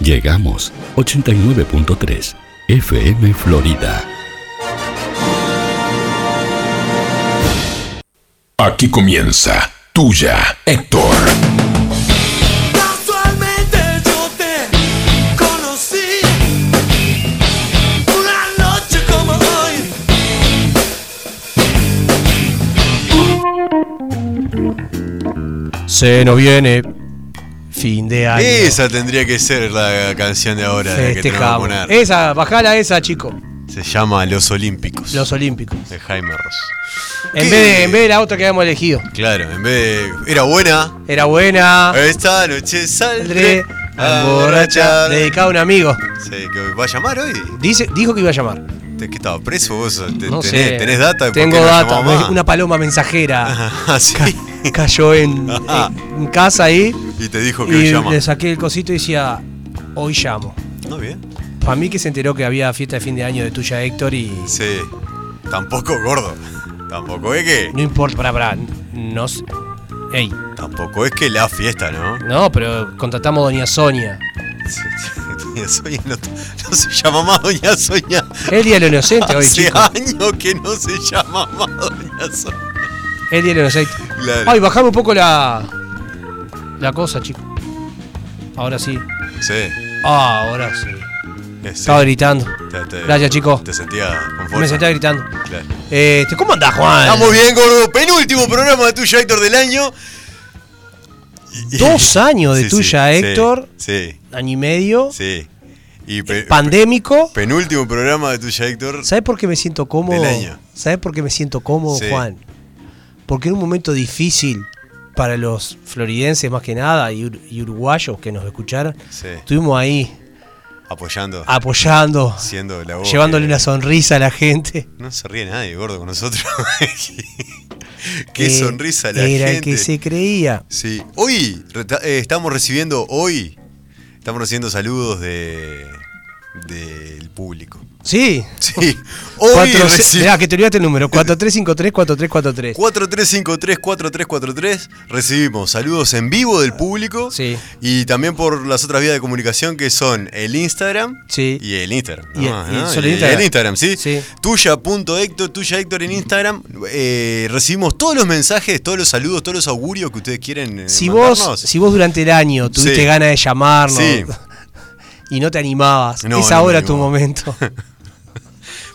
Llegamos 89.3 FM Florida. Aquí comienza Tuya, Héctor. Casualmente yo te conocí una noche como hoy. Se nos viene fin de año. Esa tendría que ser la canción de ahora de este que tenemos que Festejamos. poner. Esa, bajala esa, chico. Se llama Los Olímpicos Los Olímpicos. de Jaime Ross. En ¿Qué? vez, de, en vez de la otra que habíamos elegido. Claro, en vez de. Era buena. Era buena. Esta noche saldré André, a borracha. borrachar. Dedicada a un amigo. Sí, que va a llamar hoy. Dice, dijo que iba a llamar. ¿Te- ¿Qué estaba preso vos? ¿Te- No tenés, sé. tenés data? ¿Por qué Tengo no data. llamás más? Una paloma mensajera Ah, sí. cayó en, Ajá. en casa ahí. Y te dijo que Y llama. le saqué el cosito y decía, hoy llamo. No, bien. Para mí que se enteró que había fiesta de fin de año de tuya, Héctor, y Sí. Tampoco gordo. Tampoco es que. no importa, para, para, no sé. Ey, Tampoco es que la fiesta, ¿no? no, pero contratamos a Doña Sonia. Doña Sonia no, no se llama más Doña Sonia. Es el día de lo inocente hoy, Hace chico. años que no se llama más Doña Sonia. Es el día de lo inocente. Claro. Ay, bajame un poco la. La cosa, chico. Ahora sí. Sí, Ah, ahora sí. es- Estaba gritando. te- te- Gracias, chico. Te sentía con fuerza. Me sentaba gritando. Claro. Este, ¿Cómo andás, Juan? Estamos bien, gordo. Penúltimo programa de tuya, Héctor, del año. Y- y- Dos años de Sí, sí, tuya, sí, Héctor. Sí, Año y medio. sí. Y pe- Pandémico. penúltimo programa de tuya, Héctor. ¿Sabes por qué me siento cómodo? Del año. ¿Sabes por qué me siento cómodo, Sí. Juan? Porque en un momento difícil para los floridenses más que nada y, ur- y uruguayos que nos escucharon, Sí. estuvimos ahí Apoyando, apoyando, siendo la voz. llevándole que- una sonrisa a la gente. No se ríe nadie, gordo, con nosotros. Qué que sonrisa la Eh, Era el gente. que se creía. Sí, hoy reta- eh, estamos recibiendo, hoy estamos recibiendo saludos de del público. Sí. Sí, hoy Cuatro- reci- Mirá, que te olvidaste el número. 4353-4343. 4353-4343 recibimos saludos en vivo del público Sí. y también por las otras vías de comunicación que son el Instagram Sí. y el Instagram. Y el- Ah, y ¿no? solo Instagram. el Instagram, sí. Sí. Tuya.héctor, tuya Héctor en Instagram. Eh, recibimos todos los mensajes, todos los saludos, todos los augurios que ustedes quieren. eh, Si mandarnos. vos, si vos durante el año tuviste Sí. ganas de llamarnos Sí. y no te animabas, No, es no me ahora tu animo. momento. Eh,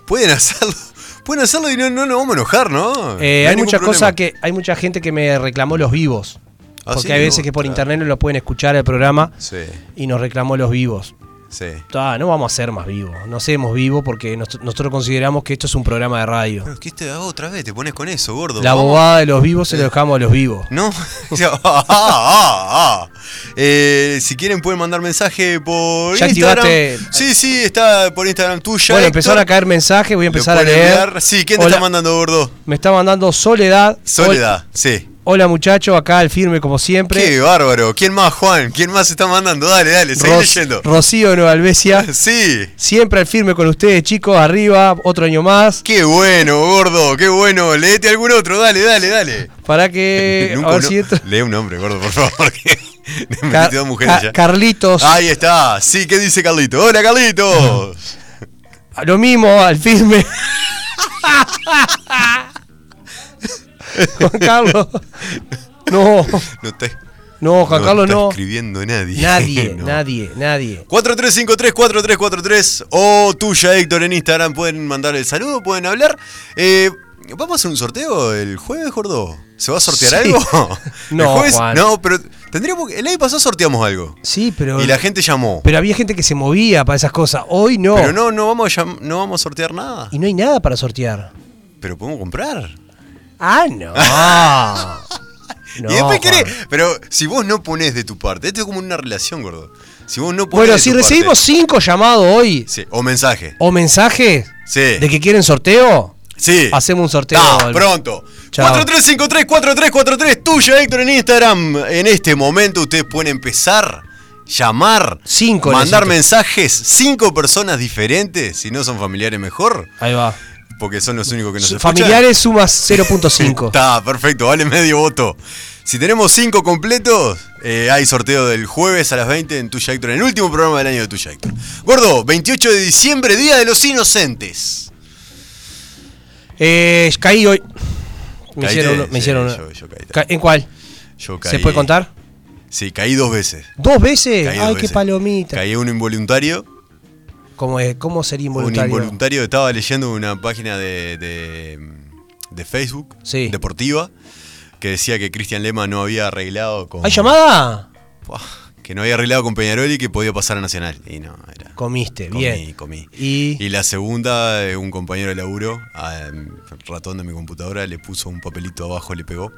Pueden hacerlo. Pueden hacerlo y no, no nos vamos a enojar, ¿no? Eh, No hay ningún muchas problema. cosas que hay mucha gente que me reclamó los vivos. Ah, porque sí, hay veces no, que por claro. internet no lo pueden escuchar el programa Sí, y nos reclamó los vivos. sí. Ah, no vamos a ser más vivos, no seamos vivos porque nos- nosotros consideramos que esto es un programa de radio. Pero ¿qué te hago otra vez? Te pones con eso, gordo. La Vamos. bobada de los vivos se lo dejamos a los vivos. No. Ah, ah, ah. Eh, si quieren pueden mandar mensaje por Ya Instagram. activaste- Sí, sí, está por Instagram tuya. bueno, Héctor. empezaron a caer mensajes, voy a Lo empezar a pueden leer. enviar. Sí, ¿quién te Hola- está mandando, gordo? Me está mandando Soledad. Hol- Soledad, sí. Hola muchachos, acá el firme como Qué siempre. bárbaro. ¿Quién más, Juan? ¿Quién más está mandando? Dale, dale, seguí Ros- leyendo. Rocío de Nueva Albesia. Sí. Siempre al firme con ustedes, chicos. Arriba, otro año más. Qué bueno, gordo, qué bueno. Leete algún otro, dale, dale, dale. Para que. Nunca Eh, a ver uno- si entra- Lee un nombre, gordo, por favor. Que me Car- metí dos mujeres Ca- ya. Ah, Carlitos. Ahí está. Sí, ¿qué dice Carlito? Hola, Carlito. Lo mismo, al firme. Juan Carlos. No, No está, no, Juan no Carlos está no. escribiendo nadie. Nadie, No. nadie, nadie. 4353-4343 o tuya, Héctor, en Instagram. Pueden mandar el saludo, pueden hablar. Eh, ¿Vamos a hacer un sorteo el jueves, gordo? ¿Se va a sortear Sí. algo? ¿El No, jueves? Juan. No, pero tendríamos que- El año pasado sorteamos algo. Sí, pero. Y la gente llamó. Pero había gente que se movía para esas cosas. Hoy no. Pero no, no vamos a, llam- no vamos a sortear nada. Y no hay nada para sortear. Pero podemos comprar. Ah, no. Ah, No, y después querés. Juan. Pero si vos no pones de tu parte, esto es como una relación, gordo. Si vos no pones Bueno, de si tu parte- recibimos cinco llamados hoy Sí, o mensaje. o mensajes Sí. de que quieren sorteo, Sí. hacemos un sorteo. Ta, El- pronto. Chao. 4353-4343, tuya, Héctor, en Instagram. En este momento ustedes pueden empezar, llamar, Cinco mandar necesito. mensajes, cinco personas diferentes, si no son familiares mejor. Ahí va. porque son los únicos que nos escuchan. Familiares sumas 0.5. Está, perfecto, vale medio voto. Si tenemos cinco completos, eh, hay sorteo del jueves a las 20 en Tuya Héctor, en el último programa del año de Tuya Héctor. Gordo, 28 de diciembre, Día de los Inocentes. Eh, caí hoy. Me Caíste, hicieron, uno- me sí, hicieron uno. yo- yo caí. Ca- ¿En cuál? Yo ¿Se caí- puede contar? Sí, caí dos veces. ¿Dos veces? Caí dos Eh, Ay, qué veces. palomita. Caí uno involuntario. ¿Cómo, es, ¿Cómo sería involuntario? Un involuntario estaba leyendo una página de, de- de Facebook Sí. deportiva que decía que Cristian Lema no había arreglado con. ¿Hay llamada? Buah, Que no había arreglado con Peñarol y que podía pasar a Nacional. Y no, era. Comiste, Comí, bien. comí. Y, Y la segunda, eh, un compañero de laburo, al ratón de mi computadora, le puso un papelito abajo, le pegó.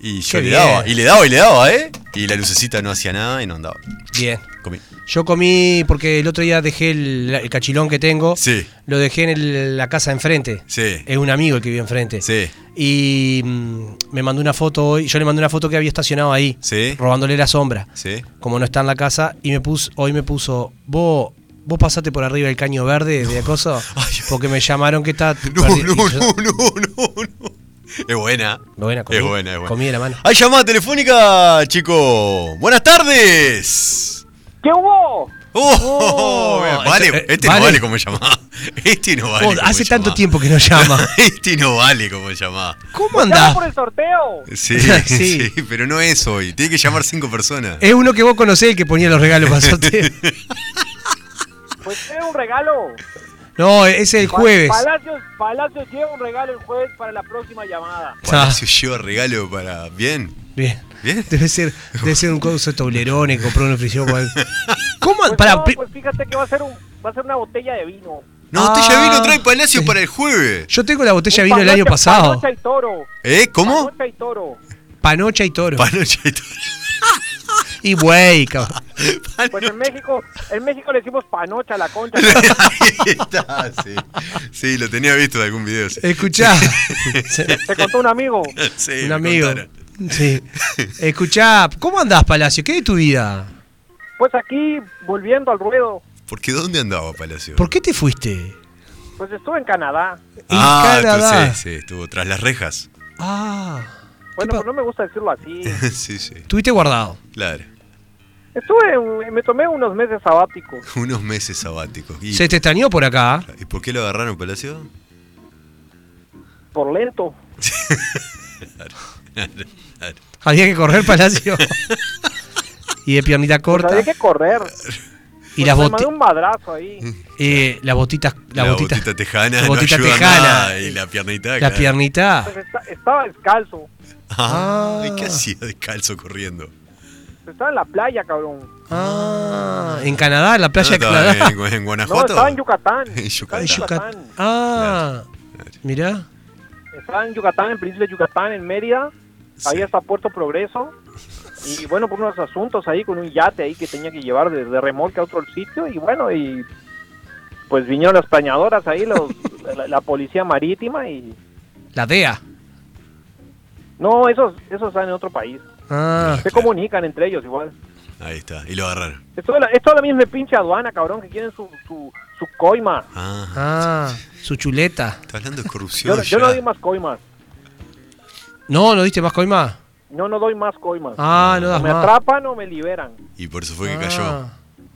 Y yo Qué le bien. daba, y le daba, y le daba, ¿eh? Y la lucecita no hacía nada y no andaba. bien. Comí. Yo comí porque el otro día dejé el, el cachilón que tengo. Sí. Lo dejé en el- la casa de enfrente. Sí. Es un amigo el que vive enfrente. Sí. Y mm, me mandó una foto hoy. Yo le mandé una foto que había estacionado ahí. Sí. Robándole la sombra. Sí. Como no está en la casa. Y me puso, hoy me puso, vos, vos pasaste por arriba del caño verde de acoso. Ay. Porque me llamaron que está. No, perdi- no, y yo- no, no, no, no. Es buena. Buena, comí. Es buena, es buena. Comí de la mano. Hay llamada telefónica, chico. Buenas tardes. ¿Qué hubo? Oh, Oh, vale, esto- eh, este no vale. vale como llamada. Este no vale. Oh, como hace tanto llamada. tiempo que no llama. Este no vale como llamada. ¿Cómo Estaba andás? por el sorteo. Sí, sí, Sí. Eh, pero no es hoy. Tiene que llamar cinco personas. Es uno que vos conocés el que ponía los regalos para sorteo. Pues era un regalo. No, es el Pa- jueves. Palacios, Palacios lleva un regalo el jueves para la próxima llamada. Palacio lleva regalo para. Bien, Bien. bien. Debe ser, debe ser un coso de toblerones que compró un frigido con él. ¿Cómo? Pues, Pará, no, pri- pues fíjate que va a ser un, va a ser una botella de vino. No, usted ya Ah, vino, trae Palacio sí. para el jueves. yo tengo la botella de Un Pues vino el año panocha- pasado. Panocha y toro. ¿Eh? ¿Cómo? Ah, Panocha y toro. Panocha y toro. Panocha y todo. Y buey, cabrón. Pues en México, en México le decimos panocha a la concha. Ahí está, sí. Sí, lo tenía visto de algún video. sí. Escuchá. Te contó un amigo. Sí, un Eh, me amigo. contaron. Sí. Escuchá, ¿cómo andás, Palacio? ¿Qué de tu vida? Pues aquí, volviendo al ruedo, Porque ¿dónde andaba Palacio? ¿Por qué te fuiste? pues estuve en Canadá. En Ah, Canadá. entonces, sí, estuvo tras las rejas. Ah. Bueno, pa- pues no me gusta decirlo así. sí, sí, Estuviste guardado. claro. Estuve, me tomé unos meses sabáticos. Unos meses sabáticos. ¿Y, Se te extrañó por acá. ¿y por qué lo agarraron, Palacio? Por lento. Había que correr, Palacio. y de piernita Pues corta. había que correr. y las, boti- Pues me mandé un madrazo ahí. eh, las botitas. Las la botitas. botita, tejana. la no botita ayuda tejana. nada. Y la piernita. Las claro. piernitas. Pues esta- estaba descalzo. Ah, Ah. ¿y ¿Qué hacía descalzo corriendo? Estaba en la playa, cabrón. Ah, en Canadá, en la playa ¿No de estaba Canadá. en, en No, Guanajuato? estaba en Yucatán. En Estaba en Yucatán. Yucatán. Ah, mirá. Estaba en Yucatán, en Príncipe de Yucatán, en Mérida. Sí. Ahí hasta Puerto Progreso. Y bueno, por unos asuntos ahí con un yate ahí que tenía que llevar de, de remolque a otro sitio. Y bueno, y pues vinieron las plañadoras ahí, los, la, la policía marítima. y La DEA. No, esos, esos están en otro país. Ah, Se comunican entre ellos igual. Ahí está. Y lo agarraron. Es toda la, es toda la misma pinche aduana, cabrón, que quieren su, su, su coima. Ah, ah, su chuleta. está hablando de corrupción. Yo, yo ya. no doy más coimas. No, ¿no diste más coima? No, no doy más coimas. Ah, no O das me más. atrapan o me liberan. Y por eso fue que Ah.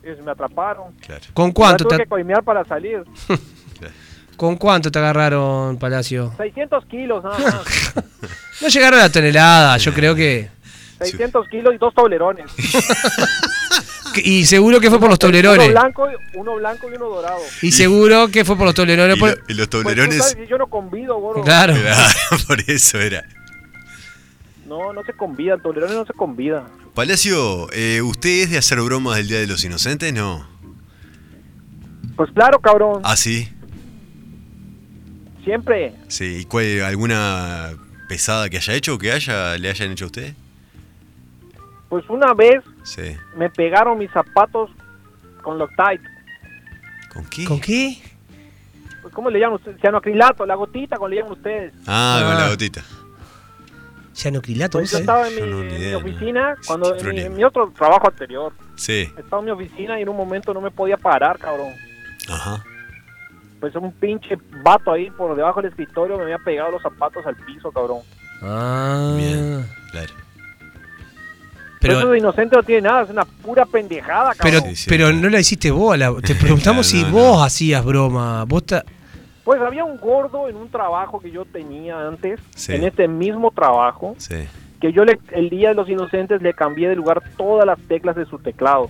cayó. Y se me atraparon. Claro. ¿Con Ya cuánto, tuve te, que coimear para salir. ¿Con cuánto te agarraron, Palacio? 600 kilos nada más. No llegaron a la tonelada, yo creo que... 600 kilos y dos toblerones. que- Y seguro que fue por los Uno toblerones. blanco, y- uno blanco y uno dorado. Y seguro que fue por los Y, toblerones. lo- por- y los Pues, tú toblerones. sabes que yo no convido, gordo. Claro. Claro, por eso era. No, no se convida. El toblerón no se convida. Palacio, eh, ¿usted es de hacer bromas del Día de los Inocentes? No. Pues claro, cabrón. Ah, sí. Siempre. Sí. ¿Y cuál- alguna pesada que haya hecho o que haya, le hayan hecho a usted? Pues una vez Sí. me pegaron mis zapatos con los tights. ¿Con qué? ¿Con qué? Pues, ¿Cómo le llaman ustedes? Cianoacrilato, la gotita, como le llaman ustedes. Ah, con Ah. la gotita. Cianocrilato, Pues yo ¿vos estaba en Yo mi, no, ni en mi idea, no. oficina, Sí, qué cuando en mi, en problema. mi otro trabajo anterior. Sí. Estaba en mi oficina y en un momento no me podía parar, cabrón. Ajá. pues un pinche vato ahí por debajo del escritorio me había pegado los zapatos al piso, cabrón. Ah. Bien, claro. Pero eso Pero, de inocente no tiene nada, es una pura pendejada, pero, cabrón. Sí, sí, pero claro. no la hiciste vos. a la- te preguntamos Claro, si no, vos no. hacías broma. Vos ta- Pues había un gordo en un trabajo que yo tenía antes, Sí. en este mismo trabajo, Sí. que yo le- el día de los inocentes le cambié de lugar todas las teclas de su teclado.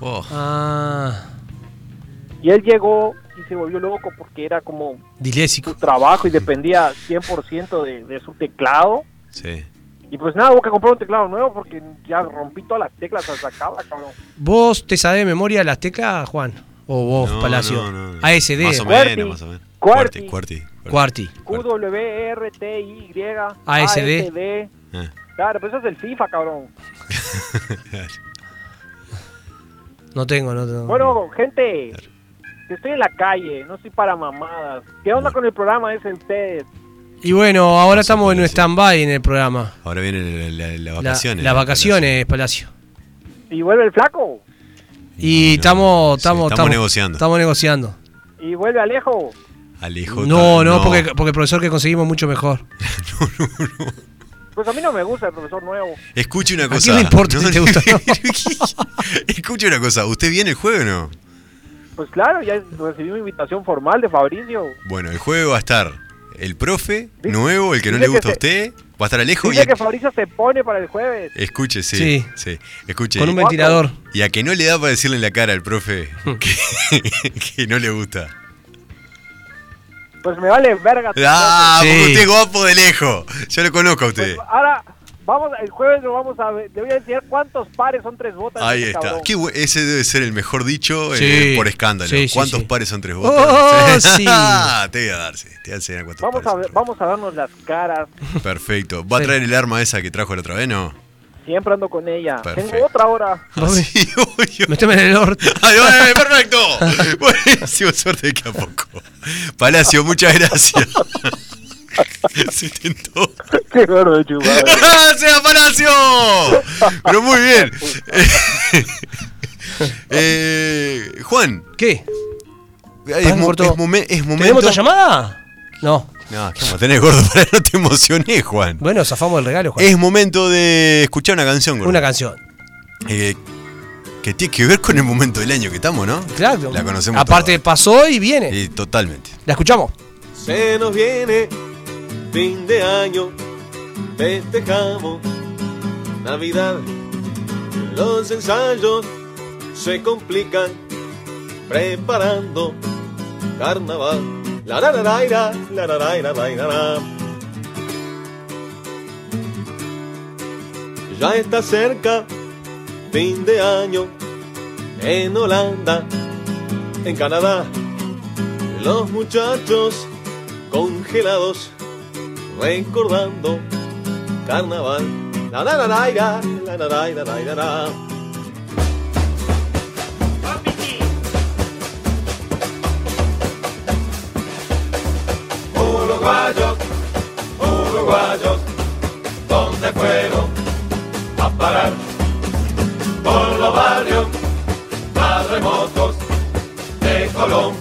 Oh, Ah. Y él llegó y se volvió loco porque era como su Dilésico. trabajo y dependía 100% de, de su teclado. sí. Y pues nada, hubo que comprar un teclado nuevo porque ya rompí todas las teclas hasta acá, cabrón. ¿Vos te sabés de memoria las teclas, Juan? ¿O vos, No, Palacio? no, no, no. ASD, Más o Cuarti. menos, más o menos. Cuarti. Cuarti. Cuarti. Cuarti. E QWERTY ASD. ASD. Ah, Claro, pues eso es el FIFA, cabrón. claro. No tengo, no tengo. Bueno, gente, que estoy en la calle, no estoy para mamadas. ¿Qué onda con el programa ese de ustedes? y bueno, ahora estamos en un parece. stand-by en el programa. Ahora vienen la- la- las La- vacaciones. las vacaciones, Palacio. Y vuelve el flaco, Y No, estamos, sí, estamos, estamos negociando. Estamos negociando. y vuelve Alejo. Alejo. No, no, porque, porque el profesor que conseguimos mucho mejor. Pues a mí no me gusta el profesor nuevo. Escuche una quién cosa. le importa si te gusta o no? Escuche una cosa. ¿Usted viene el jueves o no? Pues claro, ya recibí una invitación formal de Fabricio. Bueno, el jueves va a estar el profe Dice- nuevo, el que no dice le gusta a que usted. Va a estar Alejo y. Dice A... que Fabricio se pone para el jueves. Escuche, sí. Sí. sí. Escuche. Con un ventilador. Y a que no le da para decirle en la cara al profe Mm. que, que no le gusta. Pues me vale verga. tu Ah, Sí. porque usted es guapo de lejos. Yo lo conozco a profe. usted. Pues ahora, vamos, el jueves lo vamos a ver. Le voy a enseñar cuántos pares son tres botas. de Ahí ese está. cabrón. Qué bu- ese debe ser el mejor dicho eh, Sí. por escándalo. Sí, sí, ¿Cuántos sí. pares son tres Oh, votos? sí. te voy a dar, sí. Te voy a enseñar cuántos Vamos pares a, son ver- tres vamos a darnos las caras. votos. Perfecto. ¿Va a traer el arma esa que trajo la otra vez, no? Siempre ando con ella. Perfecto. Tengo otra hora. Ah, sí, obvio. Meteme en el orto. Ay, bueno, perfecto. Buenísimo, suerte de que a poco. Palacio, muchas gracias. Se intentó. Qué gordo de chupar. ¡Sea Palacio! Pero muy bien. Eh, Juan, ¿Qué? es, mo- cortó. es momen- es momento. ¿Tenemos otra llamada? No. No, ¿qué vamos a tener, gordo? Para no te emocioné, Juan. Bueno, zafamos el regalo, Juan. Es momento de escuchar una canción, gordo. Una canción. Eh, que tiene que ver con el momento del año que estamos, ¿no? Claro. La conocemos Aparte, pasó y viene. Y totalmente. La escuchamos. Se nos viene fin de año, festejamos Navidad. Los ensayos se complican preparando carnaval. La la la la ira, la la la ira, la ira, la. Ya está cerca fin de año en Holanda, en Canadá. Los muchachos congelados recordando carnaval. La la la la ira, la la la ira, la ira, la. Uruguayos, uruguayos, ¿dónde fueron a parar? Por los barrios más remotos de Colombia.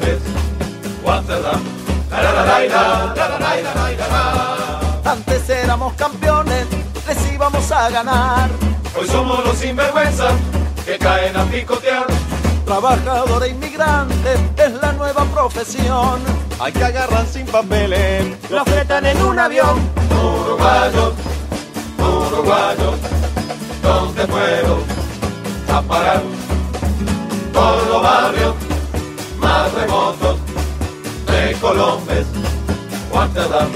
Antes éramos campeones, les íbamos a ganar. Hoy somos los sinvergüenzas que caen a picotear. Trabajador e inmigrante es la nueva profesión. Hay que agarrar sin papeles. Lo fletan en un avión. Uruguayos, uruguayos, ¿dónde fueron a parar? Por los barrios más remotos de Colombia. Guatemala.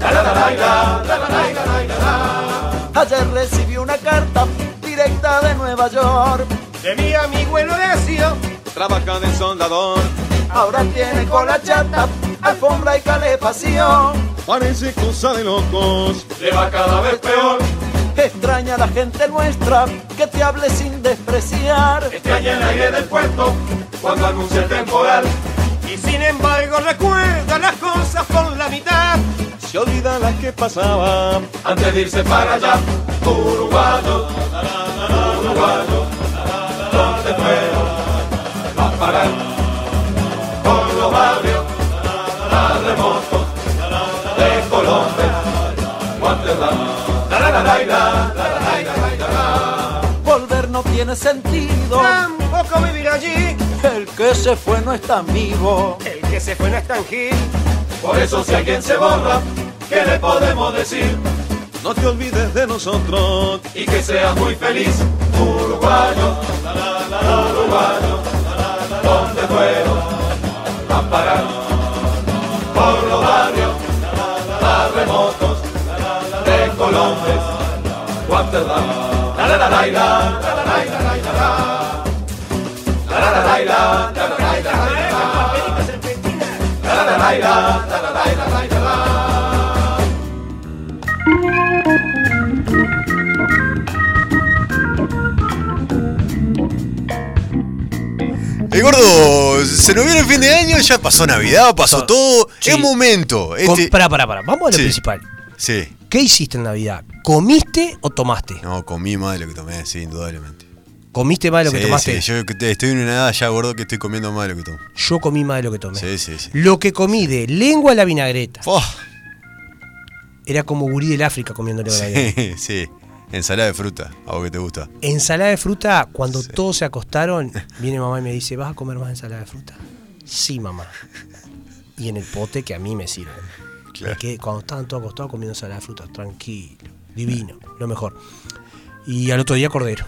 La, la, la, la, la, la, la, la, la, la, la. Ayer recibí una carta directa de Nueva York. De mi amigo el Oresio, trabaja de soldador. Ahora tiene cola chata, alfombra y calefacción. Parece cosa de locos, le va cada vez peor. Extraña a la gente nuestra que te hable sin despreciar. Extraña el aire del puerto cuando anuncia el temporal. Y sin embargo recuerda las cosas con la mitad. Se olvida las que pasaban antes de irse para allá. Uruguayo, uruguayo, ¿dónde fueron a parar? Por los barrios tiene sentido. Tampoco vivir allí. El que se fue no es tan vivo. El que se fue no es tan gil. Por eso si alguien se borra, ¿qué le podemos decir? No te olvides de nosotros y que seas muy feliz, uruguayo, la, la, la, la, uruguayo, la, la, la, donde fueron a parar por los barrios, la, la, la, la, remotos, la, la, la, de Colombes, Guamterdam, la, la, la, la, la, la, la, la, la, la, la, la, la, la, la, la, la, la, la, la, El gordo, se nos viene el fin de año, ya pasó Navidad, pasó todo. Sí. Es momento. Este... Pará, pará, pará. Vamos a lo Sí. principal. Sí. ¿Qué hiciste en Navidad? ¿Comiste o tomaste? No, comí más de lo que tomé, sí, indudablemente. ¿Comiste más de lo que Sí, tomaste? sí, yo... yo que te- estoy en una edad ya, gordo, que estoy comiendo más de lo que tomo. comí más de lo que tomé. Sí, sí, sí. Lo que comí de lengua a la vinagreta. Fua. Era como gurí del África comiendo lengua a la vinagreta. Sí, sí. Ensalada de fruta, a vos que te gusta. Ensalada de fruta, cuando todos se acostaron, viene mamá y me dice, ¿vas a comer más ensalada de fruta? Sí, mamá. Y en el pote que a mí me sirve. Claro. Que cuando estaban todos acostados comiendo ensalada de fruta, tranquilo, divino, lo mejor. Y al otro día cordero.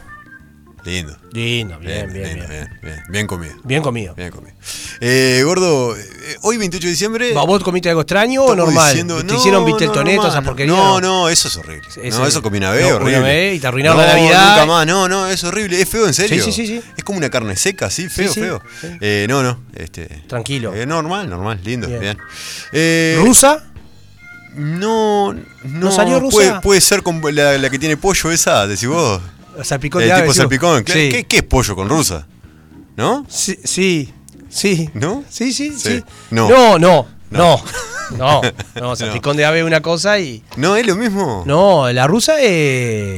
Lindo. Lindo, Bien, bien, bien, bien. lindo, Bien, bien, bien. Bien comido. comido. Bien comido. Eh, gordo, eh, hoy 28 de diciembre. ¿Va, ¿Vos comiste algo extraño o estamos normal? diciendo- ¿Te no, hicieron no, viteltonetos, esas normal, porquerías? No, no, eso es horrible. Ese- no, eso comí una vez, no, horrible. una vez y te arruinaron la No, Navidad. Nunca más, no, no, es horrible, es feo en serio. Sí, sí, sí, sí. Es como una carne seca, sí, feo, sí, feo. sí. Eh, no, no, este. Tranquilo. eh, normal, normal, lindo, bien. Bien. Eh, ¿Rusa? No, no. salió rusa? Puede, puede ser con la, la que tiene pollo esa, decís vos. ¿Salpicón El de ave, eh, tipo sí. salpicón. ¿Qué- Sí. ¿Qué, qué es pollo con rusa? ¿No? Sí, sí, sí. ¿No? Sí, sí, Sí. sí. No. No, no, no. No, no, salpicón de ave es una cosa y. No, es lo mismo. No, la rusa es.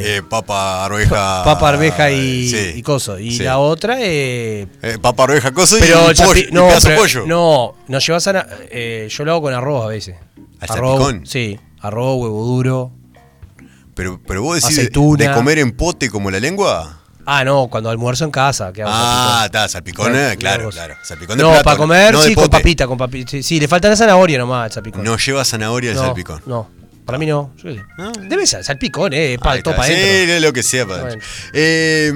Eh, papa, arveja. eh, papa, arveja y, sí, y coso. Y sí. la otra es. Eh, papa, arveja, coso Pero y el salpi- pollo. No, no, pedazo de pero- pollo. no, nos llevas a. na- eh, yo lo hago con arroz a veces. ¿Al arroz, salpicón? Sí, arroz, huevo duro. Pero, pero vos decís de- Aceituna. de comer en pote como la lengua. Ah, no, cuando almuerzo en casa. Que hago Ah, salpicón. está, salpicón, Claro, eh, claro, luego- claro. Salpicón de No, plato, para comer, no de sí, con pote. papita, con papita. Sí, sí, le falta la zanahoria nomás al salpicón. No lleva zanahoria al no, salpicón. No, para mí no. yo qué sé. Ah. Debe ser salpicón, eh. Ahí Para, está. todo para sí, adentro. lo que sea para Bueno. adentro. Eh,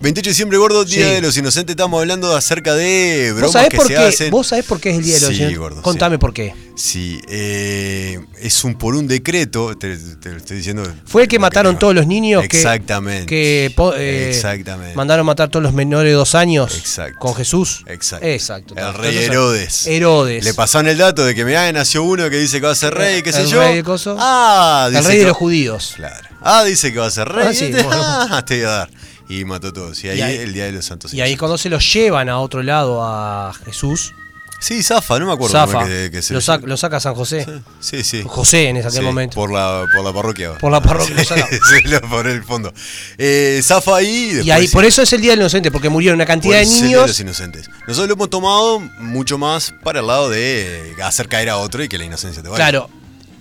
28 de diciembre, gordo, Día Sí. de los Inocentes. Estamos hablando acerca de bromas ¿Vos sabés, que por se qué? hacen. ¿Vos sabés por qué es el día de los Sí, Inocentes? gordo, Contame sí. por qué. Sí, eh, es un por un decreto, te, te lo estoy diciendo. Fue el que mataron todos los niños que- Exactamente. Que po- eh, Exactamente. mandaron matar todos los menores de dos años Exacto. con Jesús. Exacto. Exacto. El Entonces, rey Herodes. Herodes. Le pasaron el dato de que mirá, nació uno que dice que va a ser rey, qué sé El yo. rey de coso. Ah, El dice rey de que- los judíos. Claro. Ah, dice que va a ser rey. Ah, sí, este, bueno. ah, te iba a dar. Y mató a todos. Y ahí, Y ahí- el día de los santos. Y ahí Inocentes. cuando se los llevan a otro lado a Jesús, Sí, Zafa, no me acuerdo. Zafa, cómo es que- que se- lo, saca, lo saca San José. Sí, sí. José en aquel Sí, momento. Por la, por la parroquia. Por la parroquia lo saca. Sí, lo- por el fondo. Eh, Zafa ahí. Y ahí, por eso es el Día del Inocente, porque murieron una cantidad de los niños. inocentes. Nosotros lo hemos tomado mucho más para el lado de eh, hacer caer a otro y que la inocencia te vaya. Claro.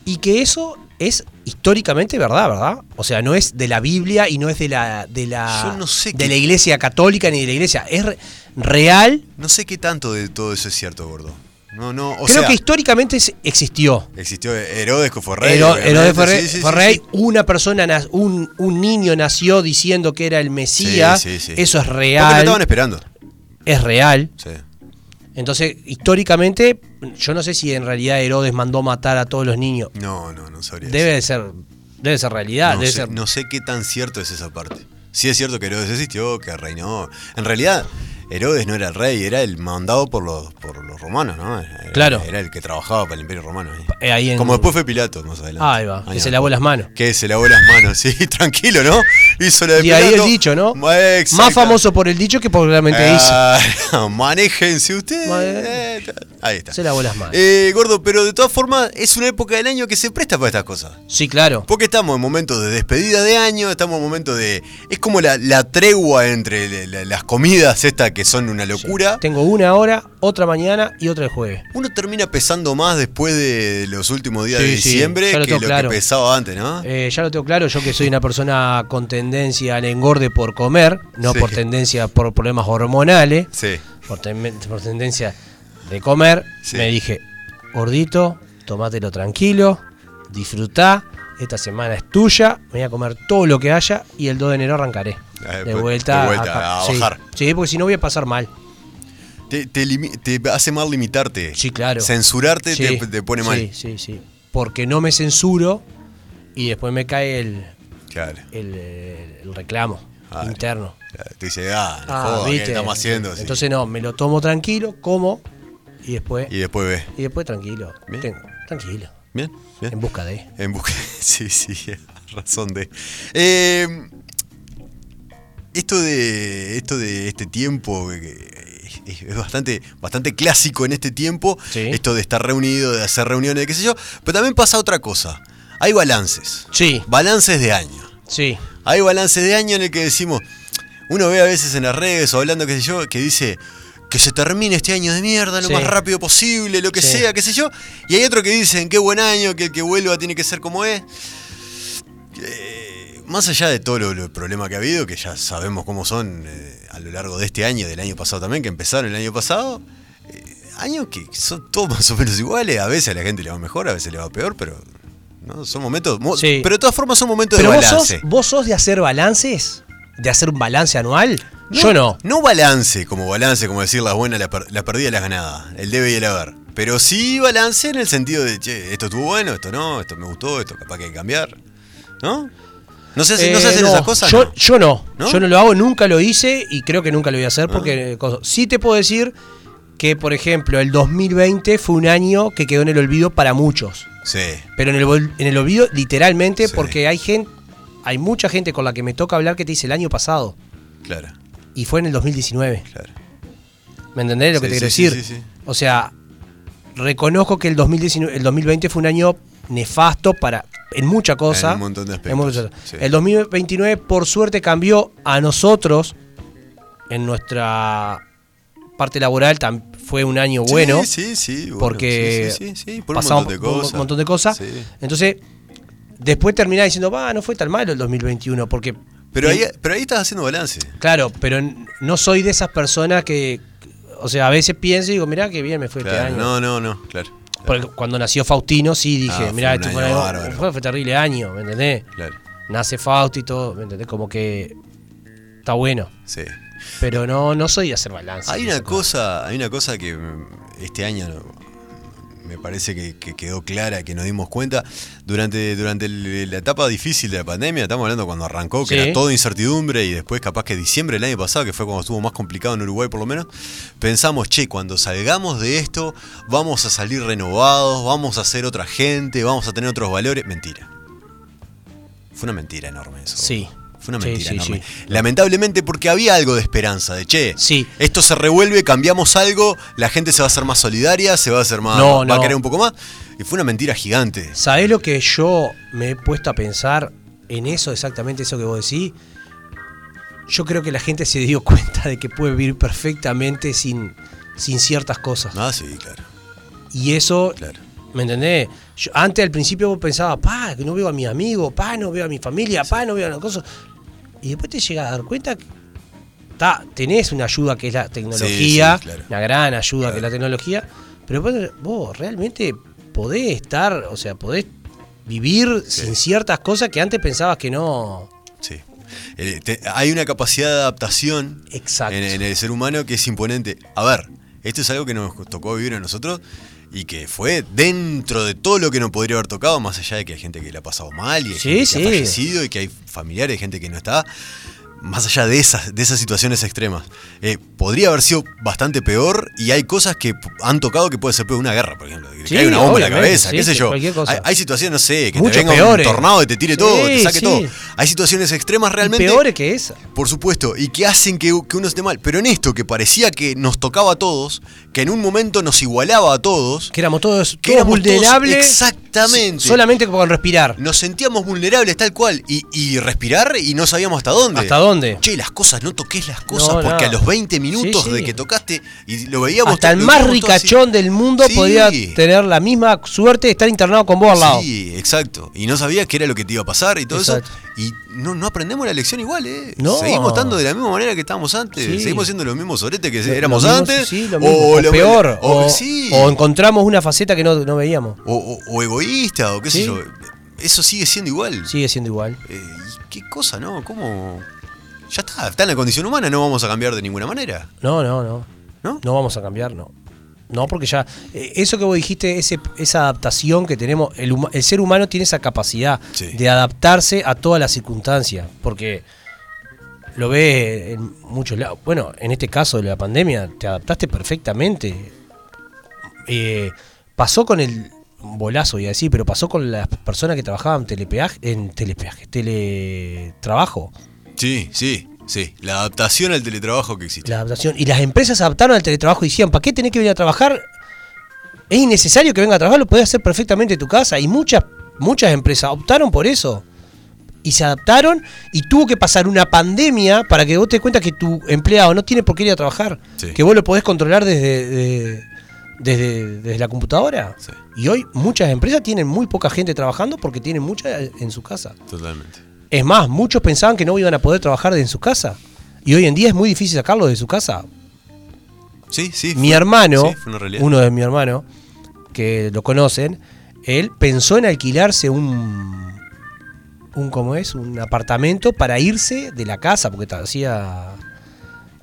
Y que eso es históricamente verdad, ¿verdad? O sea, no es de la Biblia y no es de la de la Yo no sé de qué- la Iglesia católica ni de la Iglesia, es re- real. No sé qué tanto de todo eso es cierto, gordo. No, no. O Creo sea, que históricamente es- existió. existió Herodes que fue rey. Hero- obviamente, Herodes fue sí, rey, sí, sí, fue rey, sí. una persona, nas- un, un niño nació diciendo que era el Mesías, Sí, sí, sí. ah, eso es Porque lo real, estaban esperando. es real. Sí. Entonces, históricamente, yo no sé si en realidad Herodes mandó matar a todos los niños. No, no, no sabría. Debe decir. de ser, debe ser realidad, no, Ah, debe sé, ser. no sé qué tan cierto es esa parte. Sí es cierto que Herodes existió, que reinó. En realidad, Herodes no era el rey, era el mandado por los, por los romanos, ¿no? Era- Claro. Era el que trabajaba para el Imperio Romano. ¿eh? Eh, ahí en- Como después fue Pilato, más adelante. Ah, ahí va, que Años se lavó después. las manos. Que se lavó las manos, sí, tranquilo, ¿no? Hizo la de Y ahí Pilato. el dicho, ¿no? Exacta- Más famoso por el dicho que por la Eh, mente dice. Ah, manéjense ustedes. Madre- Ahí está. Se lavó las manos. Eh, gordo, pero de todas formas es una época del año que se presta para estas cosas. Sí, claro. Porque estamos en momentos de despedida de año, estamos en momentos de... Es como la, la tregua entre le- la- las comidas estas que son una locura. Tengo una hora, otra mañana y otra el jueves. Uno seguro termina pesando más después de los últimos días de Sí, sí, diciembre ya lo que lo tengo claro. que pesaba antes, ¿no? Eh, ya lo tengo claro, yo que soy una persona con tendencia al engorde por comer, no Sí. por tendencia por problemas hormonales, Sí. por, tem- por tendencia de comer, Sí. me dije, gordito, tomátelo tranquilo, disfrutá, esta semana es tuya, voy a comer todo lo que haya y el 2 de enero arrancaré. Ah, De pu- vuelta, de vuelta, ca- a sí. bajar. Sí, porque si no voy a pasar mal. Te, te limi- te hace mal limitarte. Sí, claro. Censurarte Sí, te, te pone mal. Sí, sí, sí. Porque no me censuro y después me cae el, Claro. el, eh, el reclamo Ah, interno. claro. Te dice, ah, no Ah, jodas, ¿qué ¿viste? estamos haciendo? Sí. Entonces no, me lo tomo tranquilo, como y después Y después ves. y, después tranquilo. Bien. Ten- tranquilo. Bien, bien. En busca de. En busca. Sí, sí, razón de. Eh, esto de. Esto de este tiempo. eh, Es es bastante, bastante clásico en este tiempo. Sí. Esto de estar reunido, de hacer reuniones, qué sé yo. Pero también pasa otra cosa. Hay balances. Sí, Balances de año. sí. Hay balances de año en el que decimos. Uno ve a veces en las redes o hablando, qué sé yo, que dice. Que se termine este año de mierda lo Sí. más rápido posible, lo que Sí. sea, qué sé yo. Y hay otro que dicen, qué buen año, que el que vuelva tiene que ser como es. Eh, más allá de todo lo, lo problema que ha habido, que ya sabemos cómo son eh, a lo largo de este año y del año pasado también, que empezaron el año pasado, eh, años que son todos más o menos iguales. A veces a la gente le va mejor, a veces le va peor, pero no son momentos. mo- Sí. Pero de todas formas son momentos Pero de vos balance. sos, vos sos de hacer balances, de hacer un balance anual. Yo no. No balance, como balance, como decir las buenas, las per- las perdidas, las ganadas, el debe y el haber. Pero sí balance en el sentido de, che, esto estuvo bueno, esto no, esto me gustó, esto capaz que hay que cambiar. ¿No? ¿No se, hace- no Eh, se hacen no, esas cosas? Yo, no? yo no. ¿No? Ah. Yo no lo hago, nunca lo hice y creo que nunca lo voy a hacer porque eh, cosas. sí te puedo decir que, por ejemplo, el 2020 fue un año que quedó en el olvido para muchos. Sí, Pero en el, vol- en el olvido, literalmente, Sí. porque hay gente, hay mucha gente con la que me toca hablar que te dice el año pasado. claro, Y fue en el 2019. claro. ¿Me entendés lo que Sí, te quiero sí, sí, decir? sí, sí. O sea, reconozco que el 2019, el 2020 fue un año nefasto para en mucha cosa. En un montón de aspectos, muchas- sí. El 2029 por suerte cambió a nosotros en nuestra parte laboral tam- fue un año bueno sí, sí, sí, bueno, porque sí, sí, sí, sí, por un pasamos montón de por un cosas. montón de cosas. Sí. Entonces, después terminás diciendo, va, no fue tan malo el 2021, porque Pero, bien, ahí, pero ahí estás haciendo balance. Claro, pero n- no soy de esas personas que. O sea, a veces pienso y digo, mirá que bien me fue Claro, este año. no, no, no, claro. claro, Porque cuando nació Faustino, sí Ah, dije, fue mirá, un esto fue, año un año- bárbaro. fue- fue terrible año, ¿me entendés? Claro, Nace Fausto y todo, ¿me entendés? Como que está bueno. sí. Pero no, no soy de hacer balance. Hay una cosa, hay una cosa que mm, este año no- me parece que, que quedó clara, que nos dimos cuenta durante, durante el- la etapa difícil de la pandemia, estamos hablando cuando arrancó, que Sí. era todo incertidumbre y después capaz que diciembre del año pasado, que fue cuando estuvo más complicado en Uruguay por lo menos, pensamos, che, cuando salgamos de esto vamos a salir renovados, vamos a ser otra gente, vamos a tener otros valores. Mentira. Fue una mentira enorme eso. Sí. Fue una Sí, mentira sí, enorme. sí. Lamentablemente porque había algo de esperanza, de che, Sí. esto se revuelve, cambiamos algo, la gente se va a hacer más solidaria, se va a hacer más, No, va a no. querer un poco más. Y fue una mentira gigante. ¿Sabés lo que yo me he puesto a pensar en eso, exactamente eso que vos decís? Yo creo que la gente se dio cuenta de que puede vivir perfectamente sin, sin ciertas cosas. Ah, sí, claro, Y eso claro. ¿Me entendés? Yo- antes al principio vos pensabas, pa, que no veo a mis amigos, pa, no veo a mi familia, pa, no veo a las cosas. Y después te llegas a dar cuenta que ta, tenés una ayuda que es la tecnología, sí, claro. una gran ayuda que es la tecnología, pero vos, vos realmente podés estar, o sea, podés vivir sin ciertas cosas que antes pensabas que no. Sí. Eh, te- hay una capacidad de adaptación Exacto. en, en el ser humano que es imponente. A ver, esto es algo que nos tocó vivir a nosotros y que fue dentro de todo lo que nos podría haber tocado, más allá de que hay gente que la ha pasado mal y hay Sí, gente que ha sí. fallecido y que hay familiares, hay gente que no está. Más allá de esas, de esas situaciones extremas, eh, podría haber sido bastante peor y hay cosas que p- han tocado que puede ser peor. Una guerra, por ejemplo, que Sí, hay una bomba en la obviamente, cabeza, sí, qué sé sí, yo. cualquier cosa. Hay, hay situaciones, no sé, que Mucho te venga peores. un tornado y te tire Sí, todo, te saque sí. todo. Hay situaciones extremas realmente. Peores que esa. Por supuesto, y que hacen que, que uno esté mal. Pero en esto que parecía que nos tocaba a todos, que en un momento nos igualaba a todos, Que éramos todos, que todos éramos todos- vulnerables. Exactamente. Solamente con respirar. Nos sentíamos vulnerables tal cual y, y respirar y no sabíamos hasta dónde. ¿Hasta dónde? Che, las cosas, no toques las cosas No, porque no. a los 20 minutos Sí, sí. de que tocaste y lo veíamos Hasta to- el lo más veíamos todo así. ricachón del mundo Sí. podía tener la misma suerte de estar internado con vos al lado. Sí, exacto. Y no sabías qué era lo que te iba a pasar y todo Exacto. eso. Y no, no aprendemos la lección igual, ¿eh? No. Seguimos estando de la misma manera que estábamos antes. Sí. Seguimos siendo los mismos soretes que Lo- éramos lo mismo- antes. sí, lo mismo, o, lo- peor. O, O, sí. o encontramos una faceta que no, no veíamos. o- o- o egoísta, o qué sé Sí. yo. Eso sigue siendo igual. Sigue siendo igual. Eh, ¿y ¿Qué cosa, no? ¿Cómo.? Ya está, está en la condición humana, no vamos a cambiar de ninguna manera. No, no, no. ¿No? No vamos a cambiar, no. No, porque ya. eh, Eso que vos dijiste, ese, esa adaptación que tenemos. El, huma- el ser humano tiene esa capacidad Sí. de adaptarse a todas las circunstancias. Porque lo ves en muchos lados. Bueno, en este caso de la pandemia, te adaptaste perfectamente. Eh, pasó con el bolazo, iba a decir, pero pasó con las personas que trabajaban telepeaje, en telepeaje, teletrabajo. Sí, sí, sí. La adaptación al teletrabajo que existe. La adaptación. Y las empresas se adaptaron al teletrabajo y decían, ¿para qué tenés que venir a trabajar? Es innecesario que venga a trabajar, lo podés hacer perfectamente en tu casa. Y muchas, muchas empresas optaron por eso. Y se adaptaron y tuvo que pasar una pandemia para que vos te des cuenta que tu empleado no tiene por qué ir a trabajar. Sí. Que vos lo podés controlar desde, de- desde, desde la computadora. Sí. Y hoy muchas empresas tienen muy poca gente trabajando porque tienen mucha en su casa. Totalmente. Es más, muchos pensaban que no iban a poder trabajar de en su casa. Y hoy en día es muy difícil sacarlo de su casa. Sí, sí. Mi fue- hermano, sí, fue una realidad. uno de mi hermano, que lo conocen, él pensó en alquilarse un, un ¿cómo es? Un apartamento para irse de la casa, porque ta- hacía,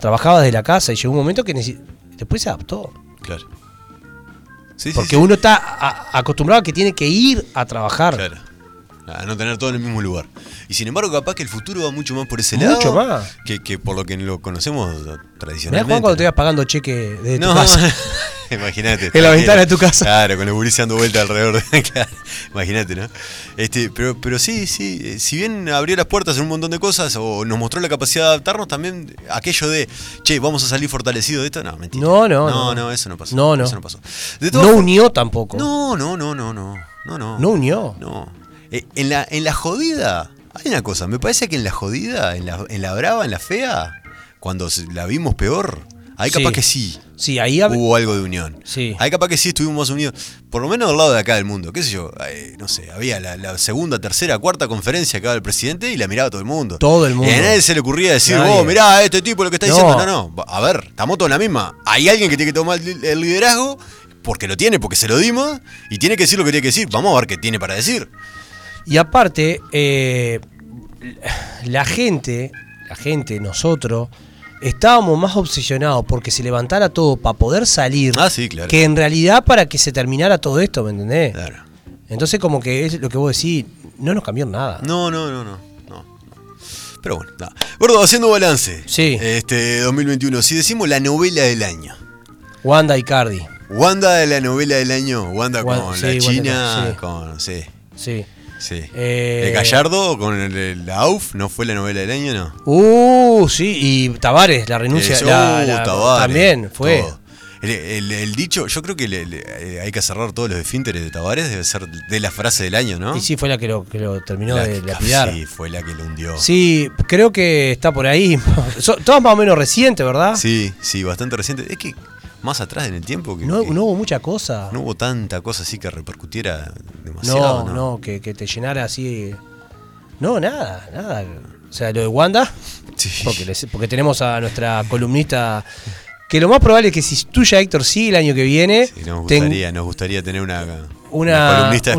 trabajaba desde la casa y llegó un momento que necesi- después se adaptó. Claro. Sí, sí, Porque sí. uno está a- acostumbrado a que tiene que ir a trabajar. Claro. A no tener todo en el mismo lugar. Y sin embargo, capaz que el futuro va mucho más por ese lado. Mucho más. Que, que por lo que lo conocemos Mirá, tradicionalmente. Juan, cuando te vas pagando cheque de tu no, casa. imagínate. En la tranquilo. ventana de tu casa. Claro, con el guris dando vuelta alrededor. de- claro, imagínate, ¿no? Este, pero, pero sí, sí. eh, Si bien abrió las puertas en un montón de cosas o nos mostró la capacidad de adaptarnos, también aquello de, che, vamos a salir fortalecidos de esto. No, mentira. No, no, No, no. no, eso no pasó. No, no. Eso no pasó. De todas No unió tampoco. no, no, no, no, no. No, no. No unió. No. Eh, en, la, en la jodida, hay una cosa, me parece que en la jodida, en la, en la brava, en la fea, cuando se- la vimos peor, ahí capaz Sí. que sí Sí, ahí hab- hubo algo de unión. Sí. Ahí capaz que sí estuvimos más unidos, por lo menos del lado de acá del mundo, qué sé yo, eh, no sé, había la, la segunda, tercera, cuarta conferencia que daba el presidente y la miraba todo el mundo. Todo el Y mundo. a nadie se le ocurría decir, Nadie. oh, mirá, este tipo lo que está No. diciendo. No, no, va- a ver, estamos todos en la misma. Hay alguien que tiene que tomar el el liderazgo porque lo tiene, porque se lo dimos, y tiene que decir lo que tiene que decir. Vamos a ver qué tiene para decir. Y aparte, eh, la gente, la gente, nosotros, estábamos más obsesionados porque se levantara todo para poder salir. Ah, sí, claro. Que en realidad para que se terminara todo esto, ¿me entendés? Claro. Entonces como que es lo que vos decís, no nos cambió nada. No, no, no, no. no, no. Pero bueno, nada. Gordo, haciendo balance. Sí. Este 2021, si decimos la novela del año. Wanda y Cardi, Wanda de la novela del año, Wanda con Wa- sí, la Wanda China, con- sí. con. Sí, sí. sí. Eh, ¿El Gallardo con el, el AUF no fue la novela del año, no? Eh, Uh, sí, y Tavares, la renuncia. Eso, la- la- Tabárez, También fue. uh, todo. El, el- el dicho, yo creo que le- le- eh, hay que cerrar todos los esfínteres de Tavares, debe ser de la frase del año, ¿no? Y sí, fue la que lo, que lo terminó La de que- lapidar. Sí, fue la que lo hundió. Sí, creo que está por ahí. So- todas más o menos recientes, ¿verdad? sí, sí, bastante reciente. Es que más atrás en el tiempo que No, que- no hubo mucha cosa. no hubo tanta cosa así que repercutiera demasiado. No, No, no, que, que te llenara así. No, nada, nada. O sea, lo de Wanda, Sí. porque, les- porque tenemos a nuestra columnista, que lo más probable es que si tuya, Héctor, sí, el año que viene, Sí, nos ten- gustaría, nos gustaría tener una, una, una columnista,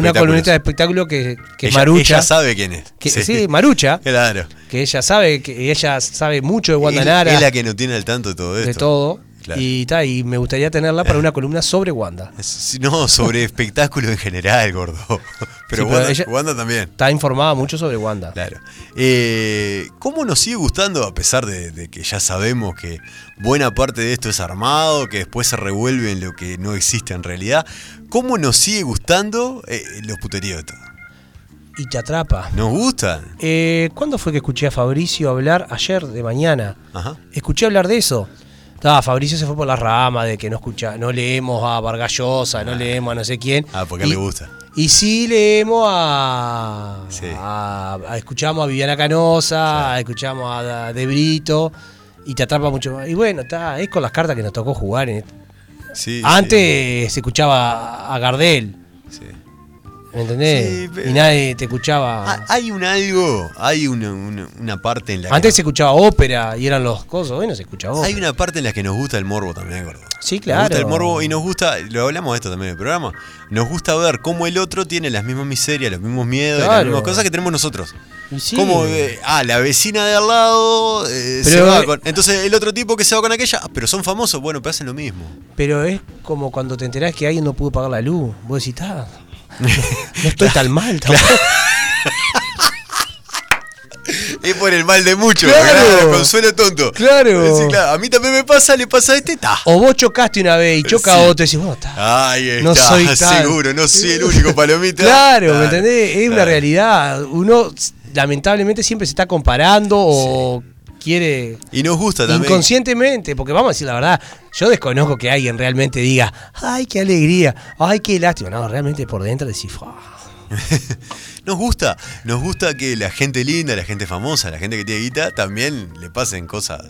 de espectáculos. espectáculo que, que es ella, Marucha. ella sabe quién es. que- sí. Marucha, Claro. que ella sabe, que ella sabe mucho de Wanda Es- Nara, Es la que no tiene al tanto de todo esto. de todo. Claro. Y, ta, y me gustaría tenerla para una columna sobre Wanda. Es- sí, No, sobre espectáculo en general, gordo. Pero, pero Wanda, ella- Wanda también. Está informada mucho sobre Wanda. Claro. Eh, ¿Cómo nos sigue gustando, a pesar de, de que ya sabemos que buena parte de esto es armado, que después se revuelve en lo que no existe en realidad? ¿Cómo nos sigue gustando eh, los puteríos de todo? Y te atrapa. ¿Nos gustan? Eh, ¿Cuándo fue que escuché a Fabricio hablar? Ayer de mañana. Ajá. Escuché hablar de eso. Ta, Fabricio se fue por la rama de que no escucha, no leemos a Vargallosa, no leemos a no sé quién. Ah, porque Y- le gusta. Y sí leemos a, Sí. a- a- escuchamos a Viviana Canosa, escuchamos a, De Brito y te atrapa mucho más. Y bueno, está, es con las cartas que nos tocó jugar. en este- Sí, Antes se escuchaba a Gardel, sí, sí. ¿me entendés? Sí, pero- Y nadie te escuchaba. Ah, Hay un algo, hay una, una- una parte en la que. Antes se escuchaba ópera y eran los cosos, hoy no se escucha ópera. Hay una parte en la que nos gusta el morbo también, gordo. Sí, claro. Nos gusta el morbo y nos gusta, lo hablamos de esto también en el programa, nos gusta ver cómo el otro tiene las mismas miserias, los mismos miedos, y las Claro. mismas cosas que tenemos nosotros. Y sí. Como, eh, ah, la vecina de al lado eh, se Pero, va eh, con... Entonces el otro tipo que se va con aquella, ah, pero son famosos, bueno, pero hacen lo mismo. Pero es como cuando te enterás que alguien no pudo pagar la luz. Vos decís, "Ta, no, no estoy tan mal tampoco". Es por el mal de muchos, Claro. ¿verdad? consuelo tonto. Claro. Sí, claro. A mí también me pasa, le pasa a este, ta. O vos chocaste una vez y choca Sí. Ah, otro y decís, bueno, está. Ahí está, No soy tan- seguro, no soy el único palomita. Claro, Claro, ¿me entendés? Es una claro. realidad. Uno s- lamentablemente siempre se está comparando o quiere Y nos gusta también. inconscientemente, porque vamos a decir la verdad, yo desconozco que alguien realmente diga, ay, qué alegría, ay, qué lástima. No, realmente por dentro decís, "Fua". Nos gusta, nos gusta que la gente linda, la gente famosa, la gente que tiene guita, también le pasen cosas.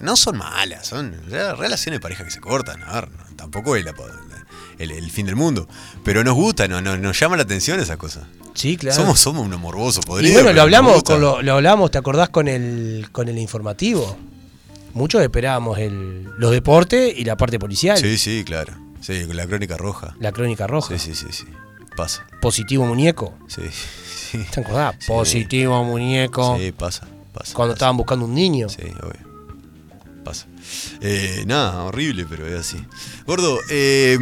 No son malas, son ya relaciones de pareja que se cortan, a ver, no, tampoco es la- el, el fin del mundo. Pero nos gusta, no, no- nos llama la atención esas cosas. Sí, claro. Somos, somos unos morbosos, podridos. Y bueno, pero lo nos hablamos, gusta. con lo, lo hablamos, ¿te acordás con el, con el informativo? Muchos esperábamos el, los deportes y la parte policial, Sí, sí, claro. Sí, con la crónica roja. la crónica roja, Sí, sí, sí, sí. Pasa. positivo muñeco. Sí, sí. ¿Te acordás? Sí. Positivo muñeco. Sí, pasa, pasa. Cuando pasa. estaban buscando un niño. Sí, obvio. Pasa. Eh, nada, horrible, pero es así. Gordo, eh,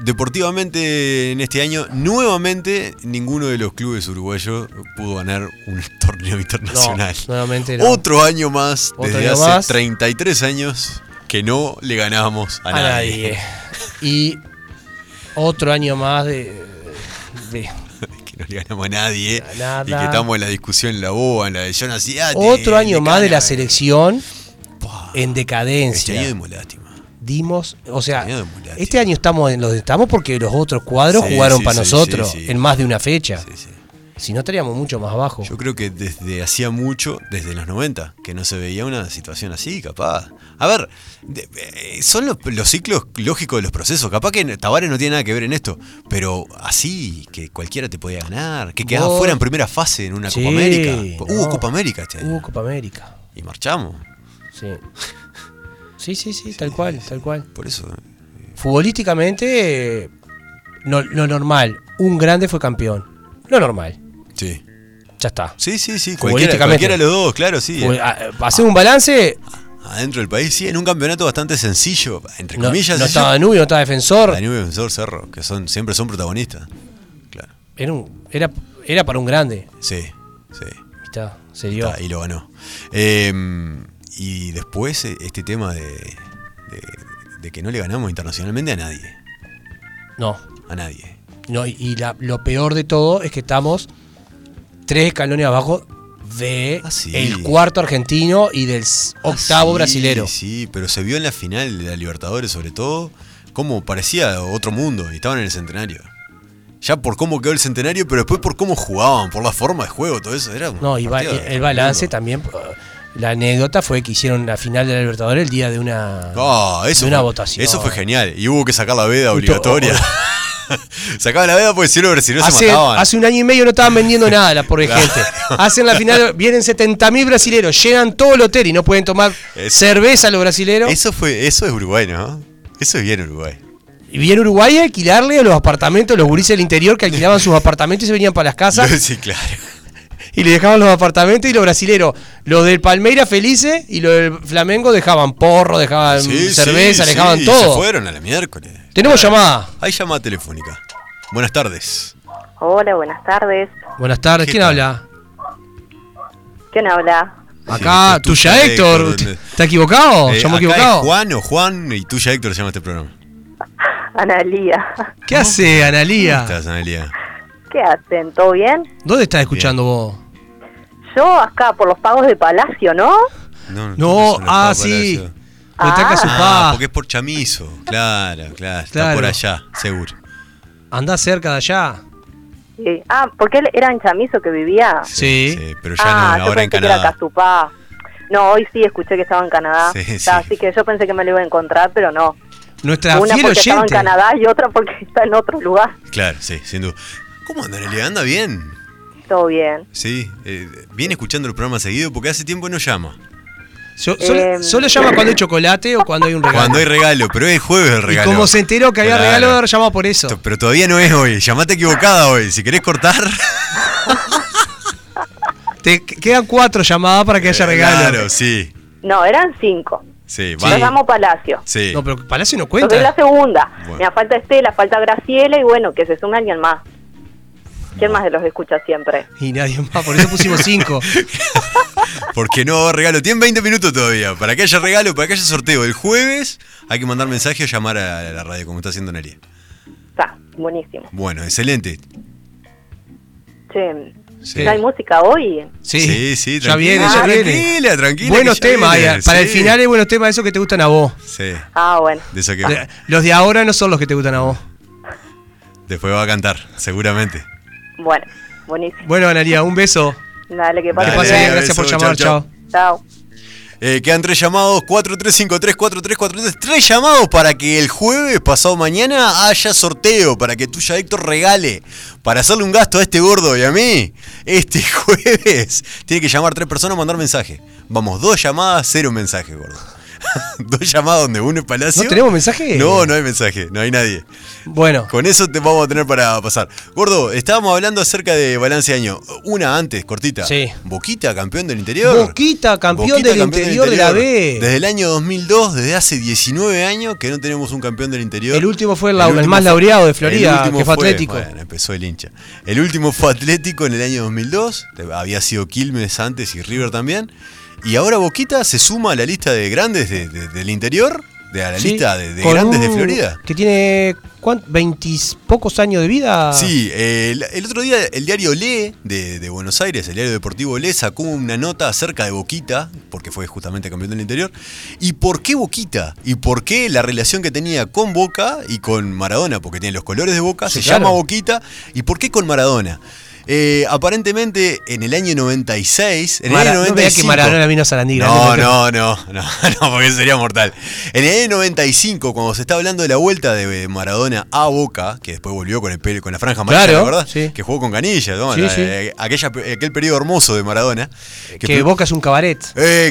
deportivamente en este año, nuevamente ninguno de los clubes uruguayos pudo ganar un torneo internacional. nuevamente no. Otro año más, Otro desde año hace más. 33 años, que no le ganábamos a, nadie. Y otro año más de. de- que no le ganamos a nadie. A nada. Y que estamos en la discusión en la boba, en la de Jonas y Ate, otro año más de la Cana. selección Pua, eh. Este en año decadencia. dimos lástima. Dimos, o sea, Este año dimos lástima. este año estamos en los estamos porque los otros cuadros Sí, jugaron sí, para sí, nosotros sí, sí. en más de una fecha. Sí, sí. Si no estaríamos mucho más abajo. Yo creo que desde hacía mucho, desde los 90, que no se veía una situación así, capaz. A ver, de- eh, son los, los ciclos lógicos de los procesos. Capaz que Tavares no tiene nada que ver en esto, pero así, que cualquiera te podía ganar, que quedaba Vos- fuera en primera fase en una Sí, Copa América. Hubo no. Copa América este año. Hubo Copa América. Y marchamos. Sí. Sí, sí, sí, tal cual, tal cual. Por eso. Futbolísticamente, eh, no- lo normal. Un grande fue campeón. Lo normal. Sí. Ya está. Sí, eh. sí, sí. Cualquiera, Futbolísticamente. cualquiera de los dos, claro, sí. Fue- a- Hacer un balance. Adentro del país, sí, en un campeonato bastante sencillo, entre No, no comillas. estaba sencillo. Danubio, no estaba Defensor. Danubio, Defensor, Cerro, que son, siempre son protagonistas. Claro. Era, un- era, era para un grande. Sí, sí. Ahí está, se dio. Está, y lo ganó. Eh, y después eh, este tema de, de- de que no le ganamos internacionalmente a nadie. No. A nadie. no y y la- lo peor de todo es que estamos tres escalones abajo de Ah, sí. el cuarto argentino y del s- octavo Ah, sí, brasilero. Sí, pero se vio en la final de la Libertadores, sobre todo, como parecía otro mundo y estaban en el centenario. Ya por cómo quedó el centenario, pero después por cómo jugaban, por la forma de juego, todo eso. Era un No, y va- eh, partido de el balance mundo. también. eh, La anécdota fue que hicieron la final del Libertadores el día de una, Ah, eso de una fue, votación. Eso fue genial. Y hubo que sacar la veda Justo, obligatoria. Sacaban la veda porque si no, los brasileños Hace, se mataban. hace un año y medio no estaban vendiendo nada la pobre gente. Hacen la final, vienen 70.000 brasileros, llenan todo el hotel y no pueden tomar Es- cerveza los brasileros. Eso fue, eso es Uruguay, ¿no? Eso es bien Uruguay. Y viene Uruguay a alquilarle a los apartamentos, los gurises del interior que alquilaban sus apartamentos y se venían para las casas Sí, claro. y le dejaban los apartamentos y los brasileros, los del Palmeira felices y los del Flamengo dejaban porro, dejaban Sí, um, cerveza, sí, dejaban sí, Se todo. fueron a la miércoles. Tenemos llamada. Hay llamada telefónica. Buenas tardes. Hola, buenas tardes. Buenas tardes, ¿Qué ¿quién tal? habla? ¿Quién habla? Acá, Sí, tuya Héctor. ¿dónde? ¿Está equivocado? Eh, ¿Llamó acá equivocado? es Juan o Juan y tuya Héctor se llama este programa. Analía. ¿Qué hace, Analía? ¿Cómo estás, Analia? ¿Qué hacen? ¿Todo bien? ¿Dónde estás escuchando vos? Yo acá por los pagos de Palacio, ¿no? No, No, son los ah, papas, sí. eso. Cuenta que su Ah, pa porque es por chamizo. Claro, claro. Está Claro. por allá, seguro. anda cerca de allá. Sí. Ah, porque él era en Chamizo que vivía. Sí. pero ya Ah, no, yo ahora pensé en que era Canadá. Cazupá. No, hoy sí escuché que estaba en Canadá. Sí, sí. O sea, Así que yo pensé que me lo iba a encontrar, pero no. Nuestra Una fiel porque estaba en oyente. Canadá y otra porque está en otro lugar. Claro, sí, sin duda. ¿Cómo anda, Analia? ¿Anda bien? Todo bien. Sí, eh, viene escuchando el programa seguido porque hace tiempo no llama. So- solo, Em. solo llama cuando hay chocolate o cuando hay un regalo. Cuando hay regalo, pero es jueves el y regalo. como se enteró que había Claro. regalo, llama por eso. To- Pero todavía no es hoy. Llamate equivocada hoy. Si querés cortar. Te qu- quedan cuatro llamadas para que haya regalo. Eh, Claro, sí. No, eran cinco. Sí, Yo va. llamo Palacio. Sí. No, pero Palacio no Yo soy la cuenta. segunda. Bueno. Me falta Estela, falta Graciela y bueno, que se sume alguien más. ¿Quién más de los escucha siempre? Y nadie más, por eso pusimos cinco. Porque no va regalo. Tienen 20 minutos todavía. Para que haya regalo, para que haya sorteo. El jueves hay que mandar mensaje o llamar a la radio, como está haciendo Analia. Está, buenísimo. Bueno, excelente. Che, Sí. ¿no hay música hoy? Sí, Sí, sí, ya tranquila. viene, ya viene. Tranquila, tranquila. buenos que ya temas, viene, hay- para el sí. final hay buenos temas, esos que te gustan a vos. Sí, Ah, bueno. de eso que De- Los de ahora no son los que te gustan a vos. después va a cantar, seguramente. Bueno, buenísimo. Bueno, Analia, un beso. Dale, que Que Dale, pase pase bien, bien. gracias por beso, llamar, chau, chao. chau. Chao. Eh, quedan tres llamados, 4353-4343, tres llamados para que el jueves pasado mañana haya sorteo, para que tuya Héctor regale, para hacerle un gasto a este gordo y a mí. Este jueves tiene que llamar tres personas, mandar mensaje. Vamos, dos llamadas, cero mensaje, gordo. dos llamadas donde uno es Palacio. ¿No tenemos mensaje? No, no hay mensaje, no hay nadie. Bueno, Con eso te vamos a tener para pasar. Gordo, estábamos hablando acerca de balance de año. Una antes, cortita. Sí. Boquita, campeón del interior. Boquita, campeón del interior de la B. Desde el año 2002, desde hace 19 años que no tenemos un campeón del interior. El último fue el lau- el último más fue- laureado de Florida, el último que fue Atlético. Bueno, empezó el hincha. El último fue Atlético en el año 2002. Había sido Quilmes antes y River también. Y ahora Boquita se suma a la lista de grandes de- de- del interior, de, a la sí, lista de, de con grandes de un- Florida. Que tiene ¿cuán- 20 pocos años de vida. Sí, eh, el, el otro día el diario Le de, de Buenos Aires, el diario deportivo Le, sacó una nota acerca de Boquita, porque fue justamente campeón del interior, y por qué Boquita, y por qué la relación que tenía con Boca y con Maradona, porque tiene los colores de Boca, Sí, se claro. llama Boquita, y por qué con Maradona. Eh, aparentemente en el año 96, en el Mara- año no veía que 95, Maradona vino a Sarandí. no, grande, no, no, no, no, porque sería mortal. En el año 95, cuando se está hablando de la vuelta de Maradona a Boca, que después volvió con el pelo, con la franja amarilla, Claro, ¿la ¿verdad? sí. Que jugó con canillas, ¿no? Sí, La- sí. eh, aquella- aquel periodo hermoso de Maradona. Que, pe- Boca es un cabaret.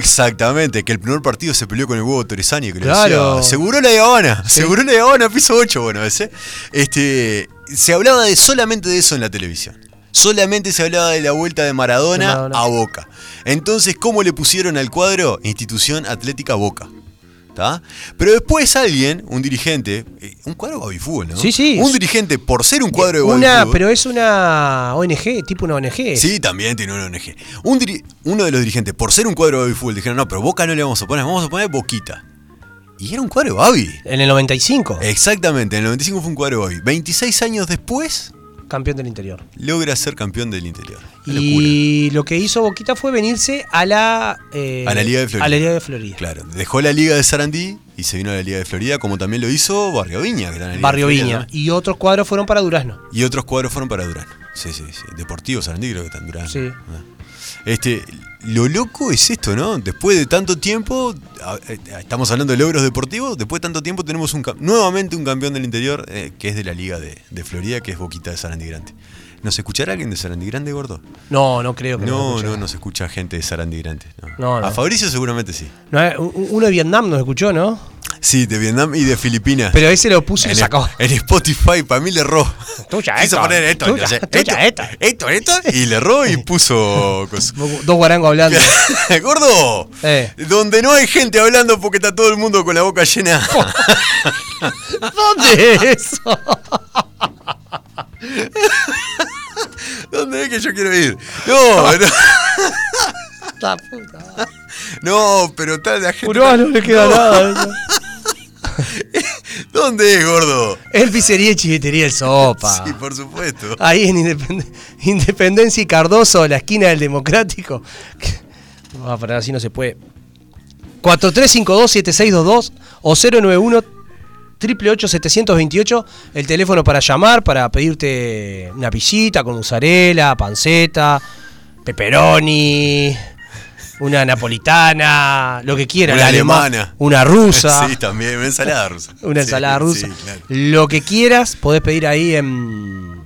Exactamente, que el primer partido se peleó con el huevo Torresani, que le Claro. decía, seguró la de Habana, seguró la de Habana, piso 8, bueno, ese. Este, se hablaba de solamente de eso en la televisión. Solamente se hablaba de la vuelta de Maradona, De Maradona. a Boca. Entonces, ¿cómo le pusieron al cuadro Institución Atlética Boca? ¿Tá? Pero después alguien, un dirigente, eh, un cuadro de Fútbol, ¿no? Sí, sí. Un dirigente, por ser un cuadro de Una, Fútbol- pero es una ONG, tipo una ONG. Sí, también tiene una ONG. Un diri- uno de los dirigentes, por ser un cuadro de Baby Fútbol, dijeron, no, pero Boca no le vamos a poner, vamos a poner Boquita. Y era un cuadro de Babi. En el 95, Eh, Exactamente, en el 95 fue un cuadro de Babi. 26 años después, campeón del interior. logra ser campeón del interior. Una locura. Y lo que hizo Boquita fue venirse a la, eh, A la Liga de Florida. a la Liga de Florida. Claro, dejó la Liga de Sarandí y se vino a la Liga de Florida, como también lo hizo Barrio Viña. que está en la Liga Barrio de Florida, Viña. ¿no? Y otros cuadros fueron para Durazno. Y otros cuadros fueron para Durán. Sí, sí, sí. Deportivo Sarandí creo que está en Durán. Sí. Ah. Este, lo loco es esto, ¿no? Después de tanto tiempo, a- eh, estamos hablando de logros deportivos, después de tanto tiempo tenemos un, cam- nuevamente un campeón del interior, eh, que es de la Liga de, de Florida, que es Boquita de Sarandí Grande. ¿Nos escuchará alguien de Sarandí Grande, gordo? No, no creo que nos No, escuche. no nos escucha gente de Sarandí Grande. no. No, no. A Fabricio seguramente sí. No, eh, un- Uno de Vietnam nos escuchó, ¿no? Sí, de Vietnam y de Filipinas. Pero ese lo puso y en, lo sacó. en Spotify, para mí le erró. Tuya, Quiso Héctor. poner esto, Tuya, entonces, tuya, esto, Héctor. esto, esto, y le erró y puso... cos- Dos guarangos hablando. Gordo, Eh. donde no hay gente hablando porque está todo el mundo con la boca llena. ¿Dónde es eso? ¿Dónde es que yo quiero ir? No, no, La puta. no, pero está la gente. Uruguay no le queda nada. ¿Dónde es, gordo? Es pizzería y chivetería el sopa. Sí, por supuesto. Ahí en Independ- Independencia y Cardoso, la esquina del Democrático. Ah, para así no se puede. 4352-7622 o 091 888 728 el teléfono para llamar, para pedirte una pisita con mozzarella, panceta, pepperoni, una napolitana, lo que quieras. Una la alema- alemana. Una rusa. Sí, también, una ensalada rusa. Una Sí, ensalada rusa. Sí, claro. Lo que quieras, podés pedir ahí en,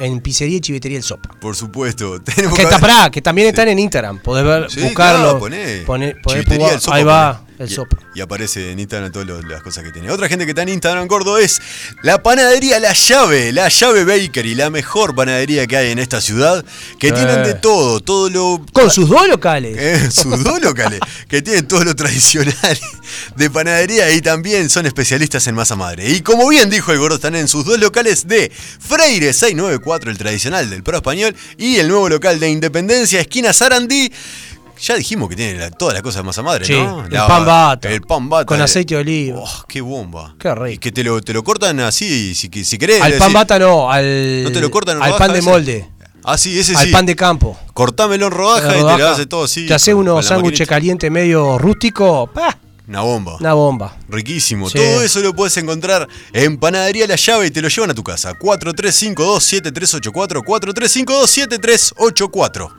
en Pizzería y Chivetería El Sopa. Por supuesto. Tenemos Que, que está, hablar- pará, que también están en Instagram. Podés ver, Sí, buscarlo. claro, poné. poné- podés Chivitería jugar- El Sopa, ahí va poné. el y, sopa. Y aparece en Instagram todas lo- las cosas que tiene. Otra gente que está en Instagram gordo es la panadería La Llave, La Llave Bakery, la mejor panadería que hay en esta ciudad, que Eh. tienen de todo, todo lo Con sus dos locales. eh, sus dos locales, que tienen todo lo tradicional de panadería y también son especialistas en masa madre. Y como bien dijo el gordo, están en sus dos locales de Freire 694, el tradicional del Pro Español, y el nuevo local de Independencia, esquina Sarandí. Ya dijimos que tienen la- todas las cosas de masa madre, Sí, ¿no? el La- pan bata. El pan bata. Con de- aceite de oliva. Oh, ¡Qué bomba! Qué rico. Y que te lo, te lo cortan así, si, que- si querés. Al es pan decir, bata no, al, ¿No te lo cortan en al rodajas pan de ese? molde, Ah, sí, ese al sí. pan de campo. Cortámelo en rodaja, En y te lo rodaja. hace todo así. Te hace con- con unos la sándwiches maquinita. calientes medio rústico, ¡pah! Una bomba. una bomba. Riquísimo. Sí. Todo eso lo puedes encontrar en Panadería La Llave y te lo llevan a tu casa. 4352-7384. 4352-7384.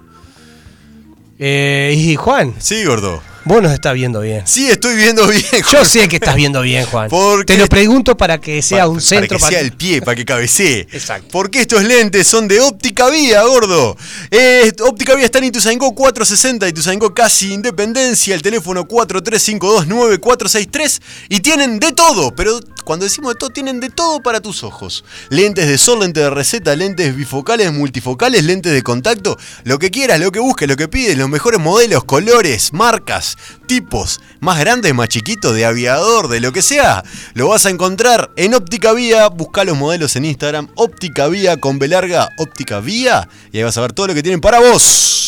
Eh, y Juan, Sí, gordo. vos nos estás viendo bien. Sí, estoy viendo bien. Yo sé que estás viendo bien, Juan. Porque- Te lo pregunto para que sea un centro para que sea ti. el pie, para que cabecee. Exacto. Porque estos lentes son de Óptica Vía, gordo. Eh, Óptica Vía está en Ituzaingó 460, Ituzaingó casi independencia, el teléfono 43529463 y tienen de todo, pero cuando decimos de todo, tienen de todo para tus ojos. Lentes de sol, lentes de receta, lentes bifocales, multifocales, lentes de contacto, lo que quieras, lo que busques, lo que pides, los mejores modelos, colores, marcas, tipos, más grandes, más chiquitos, de aviador, de lo que sea, lo vas a encontrar en Óptica Vía. Busca los modelos en Instagram, Óptica Vía con B larga, Óptica Vía, y ahí vas a ver todo lo que tienen para vos.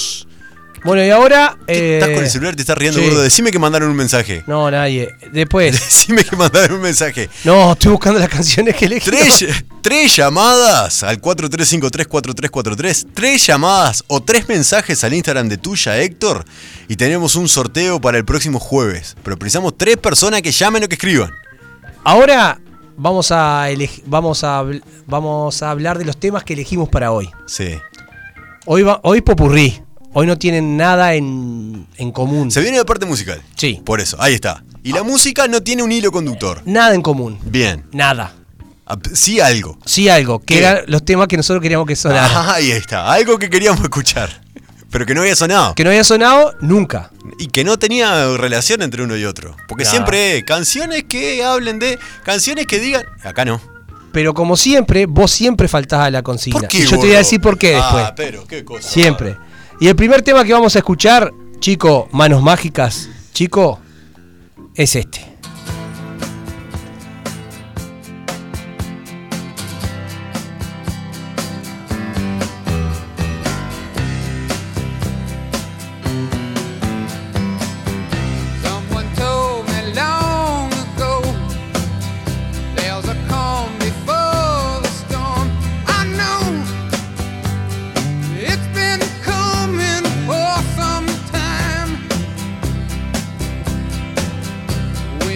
Bueno, y ahora. ¿Qué- eh, Estás con el celular, te estás riendo, sí. gordo. Decime que mandaron un mensaje. No, nadie. Después. Decime que mandaron un mensaje. No, estoy buscando las canciones que elegí. Tres, tres llamadas al 43534343, tres llamadas o tres mensajes al Instagram de tuya, Héctor, y tenemos un sorteo para el próximo jueves. Pero precisamos tres personas que llamen o que escriban. Ahora vamos a, eleg- vamos, a habl- vamos a hablar de los temas que elegimos para hoy. Sí. Hoy, va, hoy popurrí. Hoy no tienen nada en, en común. Se viene la parte musical. Sí. Por eso, ahí está. Y la música no tiene un hilo conductor. Nada en común. Bien. Nada. Ah, p- Sí, algo. Sí algo, que ¿Qué? eran los temas que nosotros queríamos que sonara. Ahí está. Algo que queríamos escuchar. Pero que no había sonado. Que no había sonado nunca. Y que no tenía relación entre uno y otro. Porque Nah. siempre eh, canciones que hablen de. Canciones que digan. Acá no. Pero como siempre, vos siempre faltás a la consigna. ¿Por qué, y yo te voy gordo? a decir por qué después. Ah, pero qué cosa. Siempre. Y el primer tema que vamos a escuchar, chico, manos mágicas, chico, es este. Someone told me long ago there's a calm before the storm. I know it's been coming for some time. We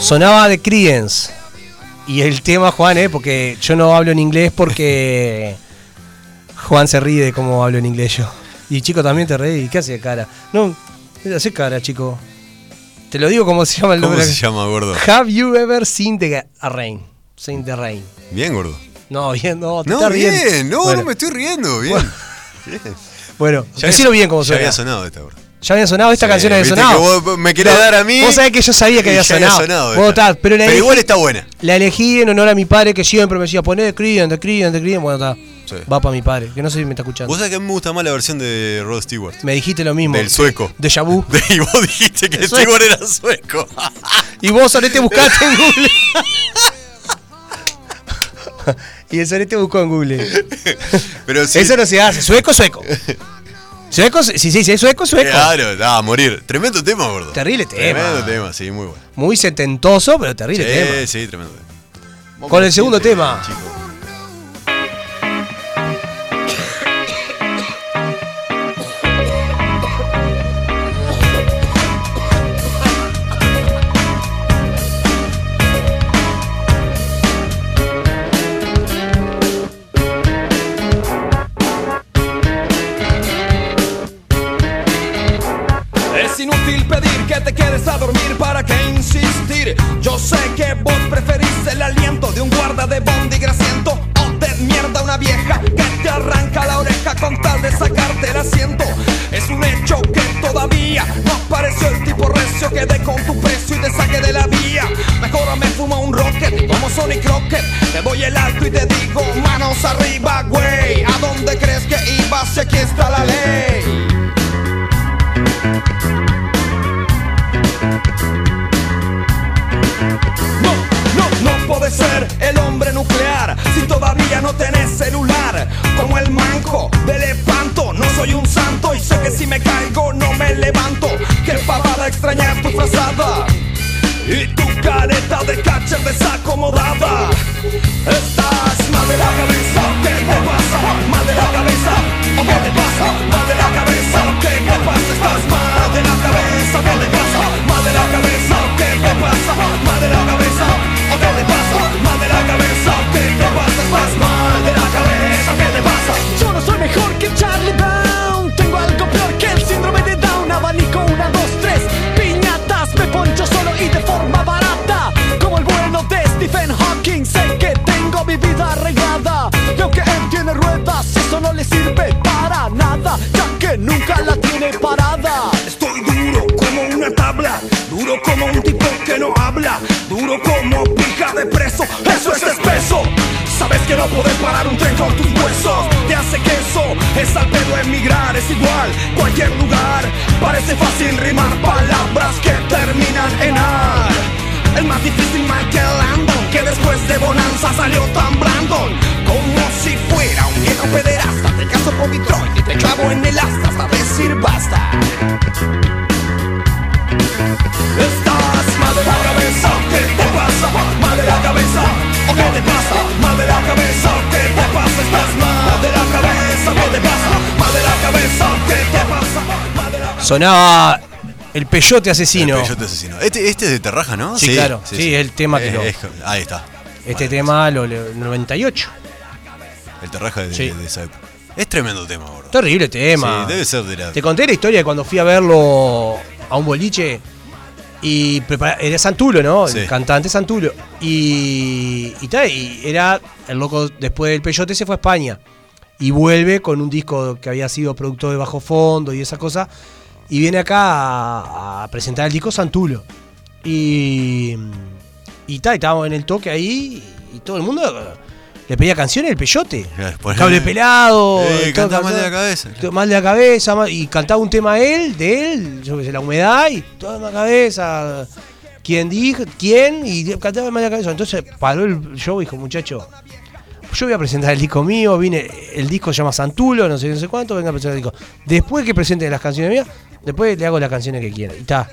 Sonaba de Creedence. Y el tema, Juan, eh, porque yo no hablo en inglés porque Juan se ríe de cómo hablo en inglés yo. Y chico también te reí. ¿Y qué hace de cara? No, hace cara, chico. Te lo digo como se llama el ¿Cómo nombre. se llama, gordo? Have you ever seen the a rain? Seen the rain. Bien, gordo. No, bien, no, te No, estás bien, riendo. no, Bueno. no me estoy riendo, bien. Bien. Bueno, Ya decilo había- bien cómo ya suena. había sonado esta, gordo. Ya había sonado, esta Sí, canción había viste sonado. que vos me querés dar a mí Vos sabés que yo sabía que y había ya sonado. había sonado Vos esta. estás, pero la Pero elegí, igual está buena. la elegí en honor a mi padre que siempre me decía, poné de Creedence, de Creedence, de Creedence. Bueno, está. Va para mi padre, que no sé si me está escuchando. Vos sabés que a mí me gusta más la versión de Rod Stewart. Me dijiste lo mismo. Del sueco. De Yabu. Y vos dijiste que El Stewart sueco. era sueco. Y vos solete buscaste en Google. y el solete buscó en Google. Pero sí. Eso no se hace. Sueco, sueco. Sueco, sí, sí, sí, sueco, sueco. Claro, ah, a morir. Tremendo tema, gordo. Terrible tema. Tremendo tema, sí, muy bueno. Muy setentoso, pero terrible sí, tema. sí, tremendo tema. Vamos Con el al segundo siguiente, tema. chico. Es inútil pedir que te quedes a dormir, ¿para qué insistir? Yo sé que vos preferís el aliento de un guarda de bondi grasiento o de mierda una vieja que te arranca la oreja con tal de sacarte el asiento. Es un hecho que todavía no apareció el tipo recio que dé con tu peso y te saque de la vía. Mejor me fumo un rocket como Sonic Rocket. Te voy el alto y te digo, manos arriba, güey. ¿A dónde crees que ibas? Si aquí está la ley. No, no, no puede ser el hombre nuclear si todavía no tenés celular. Como el manco del espanto, no soy un santo y sé que si me caigo no me levanto. Qué pavada extrañar tu frazada y tu careta de catcher desacomodada. Estás mal de la cabeza, ¿qué te pasa? Mal de la cabeza, ¿o qué te pasa? Mal de la cabeza, ¿qué te pasa? Estás mal de la cabeza, ¿qué te pasa? Mal de la cabeza, ¿qué te pasa? Mal de la cabeza, ¿o qué te pasa? Mal de la cabeza, ¿qué te pasa? Estás mal de la cabeza, ¿qué te pasa? Yo no soy mejor que Charlie Brown. Tengo algo peor que el síndrome de Down. Abanico, una, dos, tres. Piñatas, me poncho solo y de forma barata. Como el bueno de Stephen Hawking, sé que tengo mi vida arreglada. Y aunque él tiene ruedas, eso no le sirve para nada. Ya que nunca la tiene parada. Estoy duro como una tabla, duro como un tipo que no habla, duro como pija de preso, eso es espeso. Sabes que no podés parar un tren con tus huesos, te hace queso, es al pedo emigrar, es igual, cualquier lugar. Parece fácil rimar palabras que terminan en ar. El más difícil Michael Landon, que después de Bonanza salió tan Brandon, como si fuera un viejo pederasta. Te caso con Detroit y te clavo en el asta hasta decir basta. Estás mal de la cabeza, ¿qué te pasa? Mal de la cabeza, ¿o qué te pasa? Mal de la cabeza, ¿qué te pasa? Estás mal de la cabeza, ¿qué te pasa? Mal de la cabeza, ¿qué te pasa? Mal de la Sonaba el peyote asesino. El Peyote Asesino. Este, este es de Terraja, ¿no? Sí, claro. Sí, es el tema que lo- ahí está. Este tema, lo, lo- 98. El Terraja de, Sí. de esa época. Es tremendo tema, gordo. Terrible tema. Sí, debe ser de la. Te conté la historia de cuando fui a verlo a un boliche y prepara- era Santulo, ¿no? Sí. El cantante Santulo. Y, y, ta, y era el loco después del Peyote se fue a España y vuelve con un disco que había sido productor de bajo fondo y esas cosas y viene acá a, a presentar el disco Santulo. Y y ta, y estábamos en el toque ahí y todo el mundo le pedía canciones el Peyote. Ya, después- Cable pelado. Eh, todo cantá mal cantado. de la cabeza. Todo Mal de la cabeza, mal- y cantaba un tema él, de él, yo qué sé, la humedad, y toda la cabeza. ¿Quién dijo? ¿Quién? Y de- cantaba mal de la cabeza. Entonces paró el show y dijo, muchacho, yo voy a presentar el disco mío, vine, el disco se llama Santulo, no sé, no sé cuánto, venga a presentar el disco. Después que presente las canciones mías, después le hago las canciones que quiera. Y está.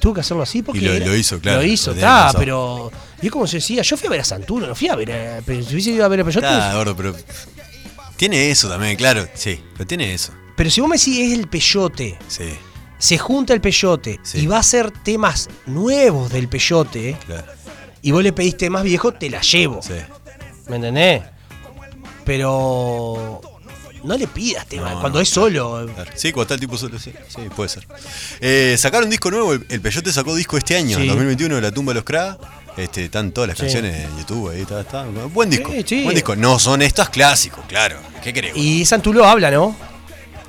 Tuve que hacerlo así porque. Y lo- era- lo hizo, claro, Lo hizo, lo tenía está, pensado. pero. Y es como se decía, yo fui a ver a Santulo, no fui a ver a. Pero si hubiese ido a ver a Peyote, Está, Ah, gordo, pero. Tiene eso también, claro. Sí, pero tiene eso. Pero si vos me decís es el peyote, Sí, se junta el peyote Sí. y va a ser temas nuevos del peyote, claro. y vos le pediste más viejo, te la llevo. Sí. ¿Me entendés? Pero no le pidas tema. No, cuando no, es solo. Claro. Sí, cuando está el tipo solo, sí, sí, puede ser. Eh, sacaron disco nuevo, el, el Peyote sacó disco este año, en Sí. 2021, de La Tumba de los Cra. Este, están todas las Sí. canciones en YouTube, ahí está, está. Buen disco. Sí, sí. Buen disco. No son estas clásicos, claro. ¿Qué creo? Y Santulo habla, ¿no?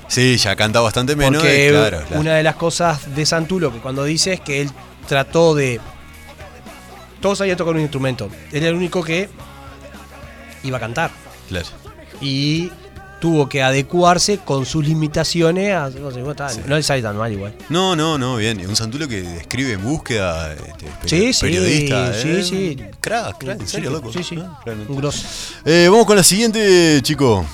Sí, ya canta bastante menos. Porque eh, claro, claro. una de las cosas de Santulo que cuando dice es que él trató de. Todos sabían tocar un instrumento. Él era el único que iba a cantar. claro. Y tuvo que adecuarse con sus limitaciones a. No, sé, bueno, está, no le sale tan mal igual. No, no, no, bien. Un santulo que describe en búsqueda. este, peri- Sí, sí, periodista. sí, eh, sí. Cra, cra, en serio, Sí, loco. Sí, sí. Ah, realmente. Un grosso. Eh, vamos con la siguiente, chico.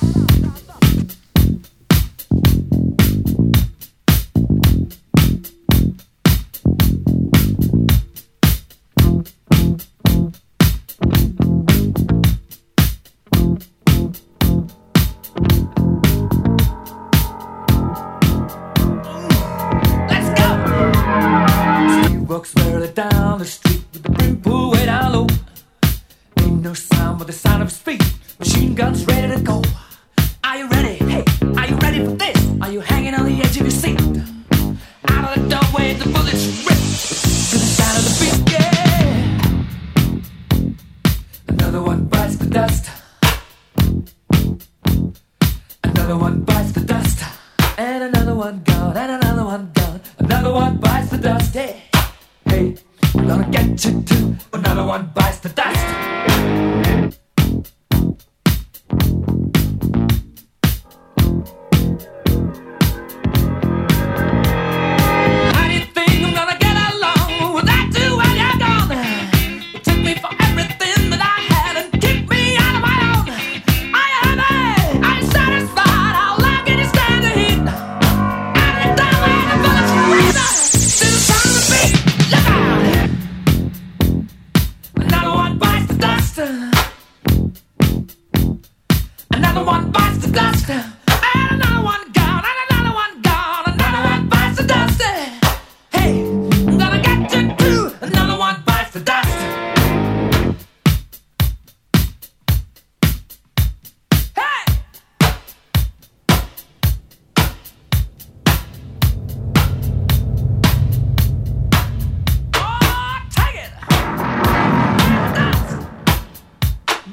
Walks barely down the street with the brim pulled way down low. Ain't no sound but the sound of his feet. Machine guns ready to go. Are you ready? Hey, are you ready for this? Are you hanging on the edge of your seat? Out of the doorway, the bullets rip to the sound of the beat. Yeah. Another one bites the dust. Another one bites the dust. And another one gone, and another one gone. Another one bites the dust. Hey, hey, I'm gonna get you too. Another one bites the dust. How do you think I'm gonna get along without you when you're gone? You took me for everything that I had and kicked me out of my own. Are you happy? Are you satisfied? How long can you stand the heat? Out of the doorway, the bullets whizzing. To the sound of the beat, look out! Another one bites the dust. Another one bites the dust. And another one gone. And another one gone. Another one bites the dust. Hey, I'm gonna get you too. Another one bites the dust. Hey! Oh, take it. Dust.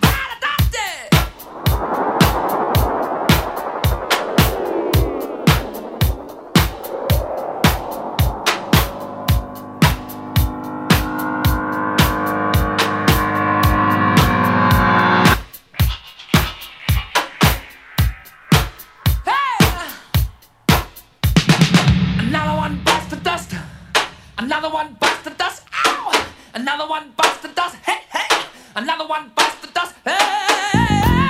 Bite the dust. eh. Hey! Another one bites the dust. Another one bites the dust. Ow! Another one bites the dust. Hey, hey! Another one bites the dust. Hey!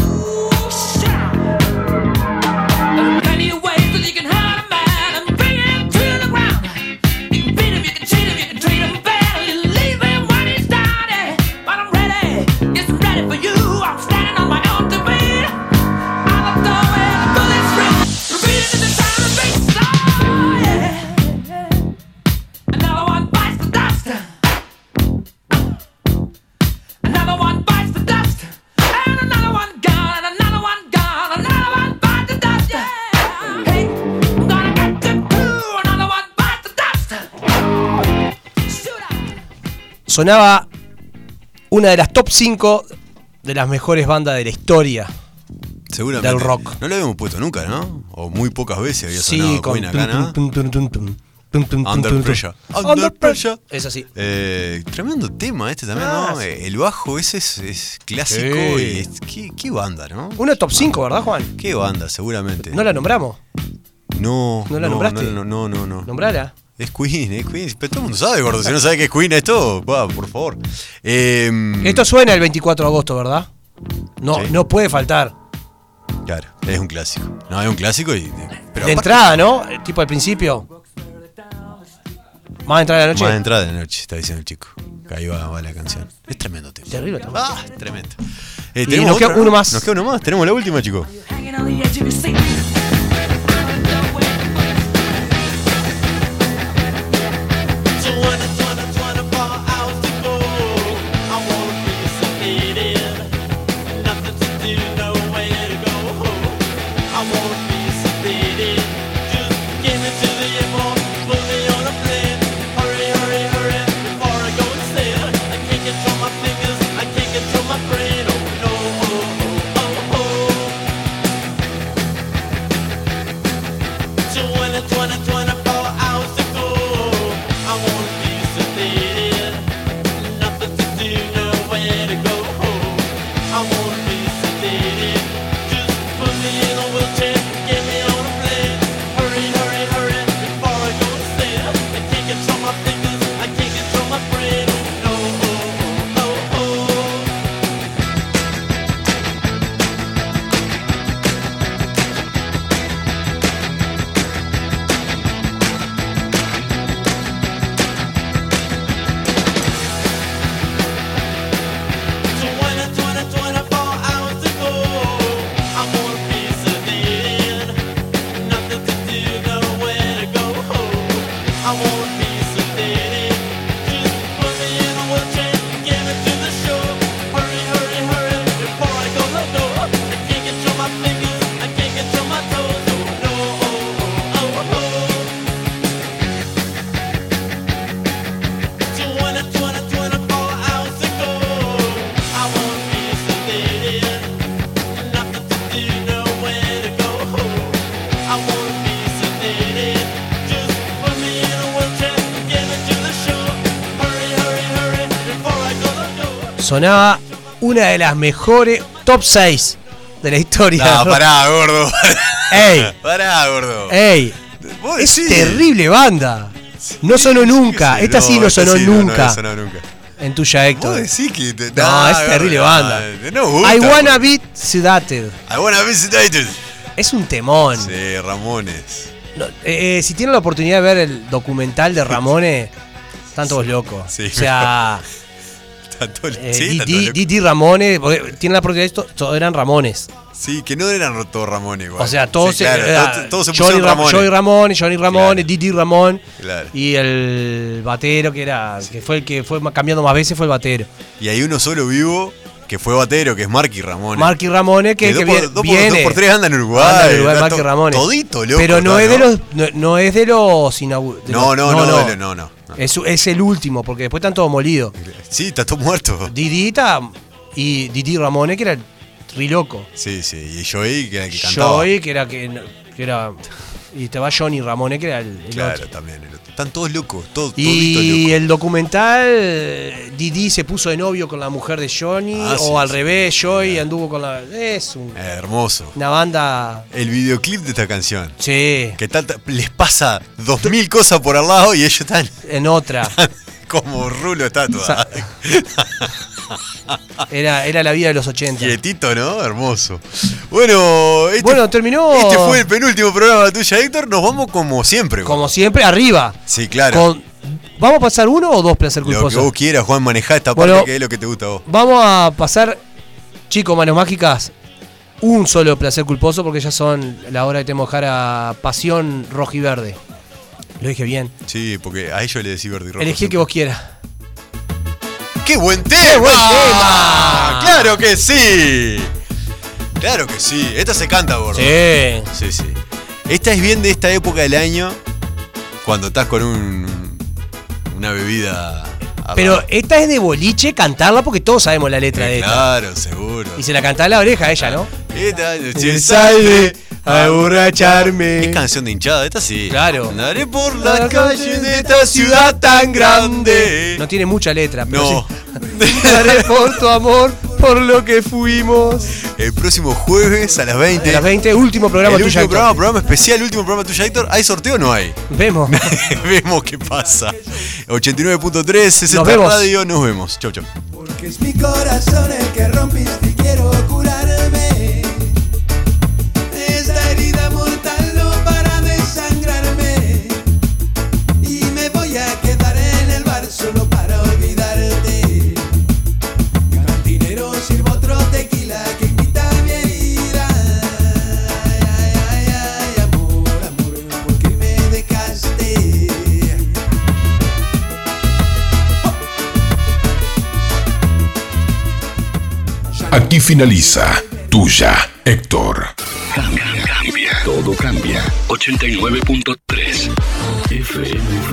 Ooh, shout. There are plenty of ways that you can hurt a man and bring him to the ground. You can beat him, you can cheat him, you can treat him bad, or you leave him when he's down. eh. But I'm ready, yes, I'm ready for you. I'm standing on my own two feet. I'm a dog and the bullets ring. Repeating to the sound of beat. Oh, yeah. Another one bites the dust. Another one bites the dust. And another one gone, and another one gone, another one bites the dust. Yeah. Hey, I'm gonna get them too. Another one bites the dust. Shoot up. sonaba una de las top 5 de las mejores bandas de la historia. Seguramente. Del rock. No lo habíamos puesto nunca, ¿no? O muy pocas veces había sonado Sí, con Queen acá, ¿no? tum, tum, tum, tum, tum, tum, tum, tum, Under tum, tum. pressure. Under pressure. Es así. Eh, tremendo tema este también, Ah, ¿no? sí. Eh, El bajo ese es, es clásico Sí. y es- qué, qué banda, ¿no? Una top 5, ¿verdad, Juan? Qué banda, seguramente. No la nombramos. no, ¿No la nombraste? No, no, no, no. Nombrala. Es Queen, es Queen. Pero todo el mundo sabe, gordo. Si no sabe qué es Queen, esto, va, por favor. Eh, Esto suena el 24 de agosto, ¿verdad? No, Sí. no puede faltar. Claro, es un clásico. No, es un clásico y. Pero de aparte, entrada, ¿no? Eh, Tipo al principio. Más entrada de la noche. Más de entrada de noche, está diciendo el chico. Ahí va, va la canción. Es tremendo tema. Terrible tema. Ah, es tremendo. Eh, Y tenemos nos queda otra, ¿no? uno más. Nos queda uno más. Tenemos la última, chicos. hanging on the edge of your seat. Out of the way, the bullets sonaba una de las mejores top 6 de la historia. No, pará, gordo. Ey. Pará, gordo. ¡Ey! Vos Es decís. terrible banda. No sonó Ah, Sí, nunca. sí, Esta sí no esta sonó no, no nunca. sonó nunca. En tuya, Vos Héctor. decís que. te- No, es terrible no, banda. No, gusta, I wanna gordo. be sedated. I wanna be sedated. Es un temón. Sí, Ramones. No, eh, eh, si tienen la oportunidad de ver el documental de Ramones, están todos locos. sí, o sea, Tanto, eh, sí, Di- tanto Di- loco. Didi Ramones, porque tienen la oportunidad de esto, todos eran Ramones. Sí, que no eran todos Ramones igual. O sea, todos, Sí, se- claro, era todos- todos se Johnny pusieron Ra- Ramones. Johnny Ramón, Johnny Ramón, Claro. Didi Ramón Claro. y el batero que era que fue el que fue ma- cambiando más veces fue el batero. Y hay uno solo vivo que fue batero, que es Marky Ramones. Marky Ramones que, Que dos que por- vie- dos por- viene dos por tres anda en Uruguay, Anda en Uruguay, está Marky to- Ramones. todito, loco, Pero no está, es de ¿no? los no, no es de los inaugu- de No, los- no, no, no, no, no, no. Es, es el último porque después están todos molidos. Sí, está todo muerto. Didita y Didi Ramones que era el riloco. Sí, sí. Y Joey, que era el que cantaba. Joey que era que, que era y te va Johnny Ramones que era el, el Claro, otro. también. el otro. Están todos locos, todos Y toditos el documental, Didi se puso de novio con la mujer de Johnny, Ah, o sí, al sí, revés, sí, Joy claro. anduvo con la. Es un- locos. Eh, hermoso. una banda. El videoclip de esta canción. Sí, Que tanta- les pasa dos mil cosas por al lado y ellos están en otra. como rulo estatua. Sa- Era, era la vida de los 80. Quietito, ¿no? Hermoso. Bueno, este, Bueno, terminó. este fue el penúltimo programa tuya, Héctor. Nos vamos como siempre. Como siempre, arriba. Sí, claro. Con- ¿Vamos a pasar uno o dos placer Lo que culposos? vos quieras, Juan, manejá esta Bueno. parte que es lo que te gusta a vos. Vamos a pasar, chicos, manos mágicas, un solo placer culposo porque ya son la hora de te mojar a Pasión Rojiverde. Lo dije bien. Sí, porque a ellos le decís verde y rojo. Elegí el que siempre. vos quieras. ¡Qué buen tema! buen tema! ¡Claro que sí! Claro que sí. Esta se canta, gordo. Sí. Sí, sí. Esta es bien de esta época del año, cuando estás con un, una bebida... a- Pero esta es de boliche cantarla porque todos sabemos la letra de esta. Claro, seguro. Y se la cantaba a la oreja a ella, ¿no? Esta Se se sale a borracharme. Es canción de hinchada, esta sí. Claro. Andaré por las calles de esta ciudad tan grande. No tiene mucha letra, pero No. sí. Daré por tu amor, por lo que fuimos. El próximo jueves a las 20. De las 20, último El programa último tuyo. programa, programa especial, último programa tuyo, Héctor. ¿Hay sorteo o no hay? Vemos. vemos qué pasa. 89.3, es Nos esta vemos. radio. Nos vemos. Chau, chau. Porque es mi corazón el que rompiste y quiero curarme. Esta herida mortal no para de sangrarme. Y me voy a quedar en el bar solo para olvidarte. Cantinero sirvo otro tequila que invita a mi herida. Ay, ay, ay, ay, amor, amor, ¿por qué me dejaste? Aquí finaliza tuya, Héctor. Cambia, cambia, todo cambia. 89.3 FM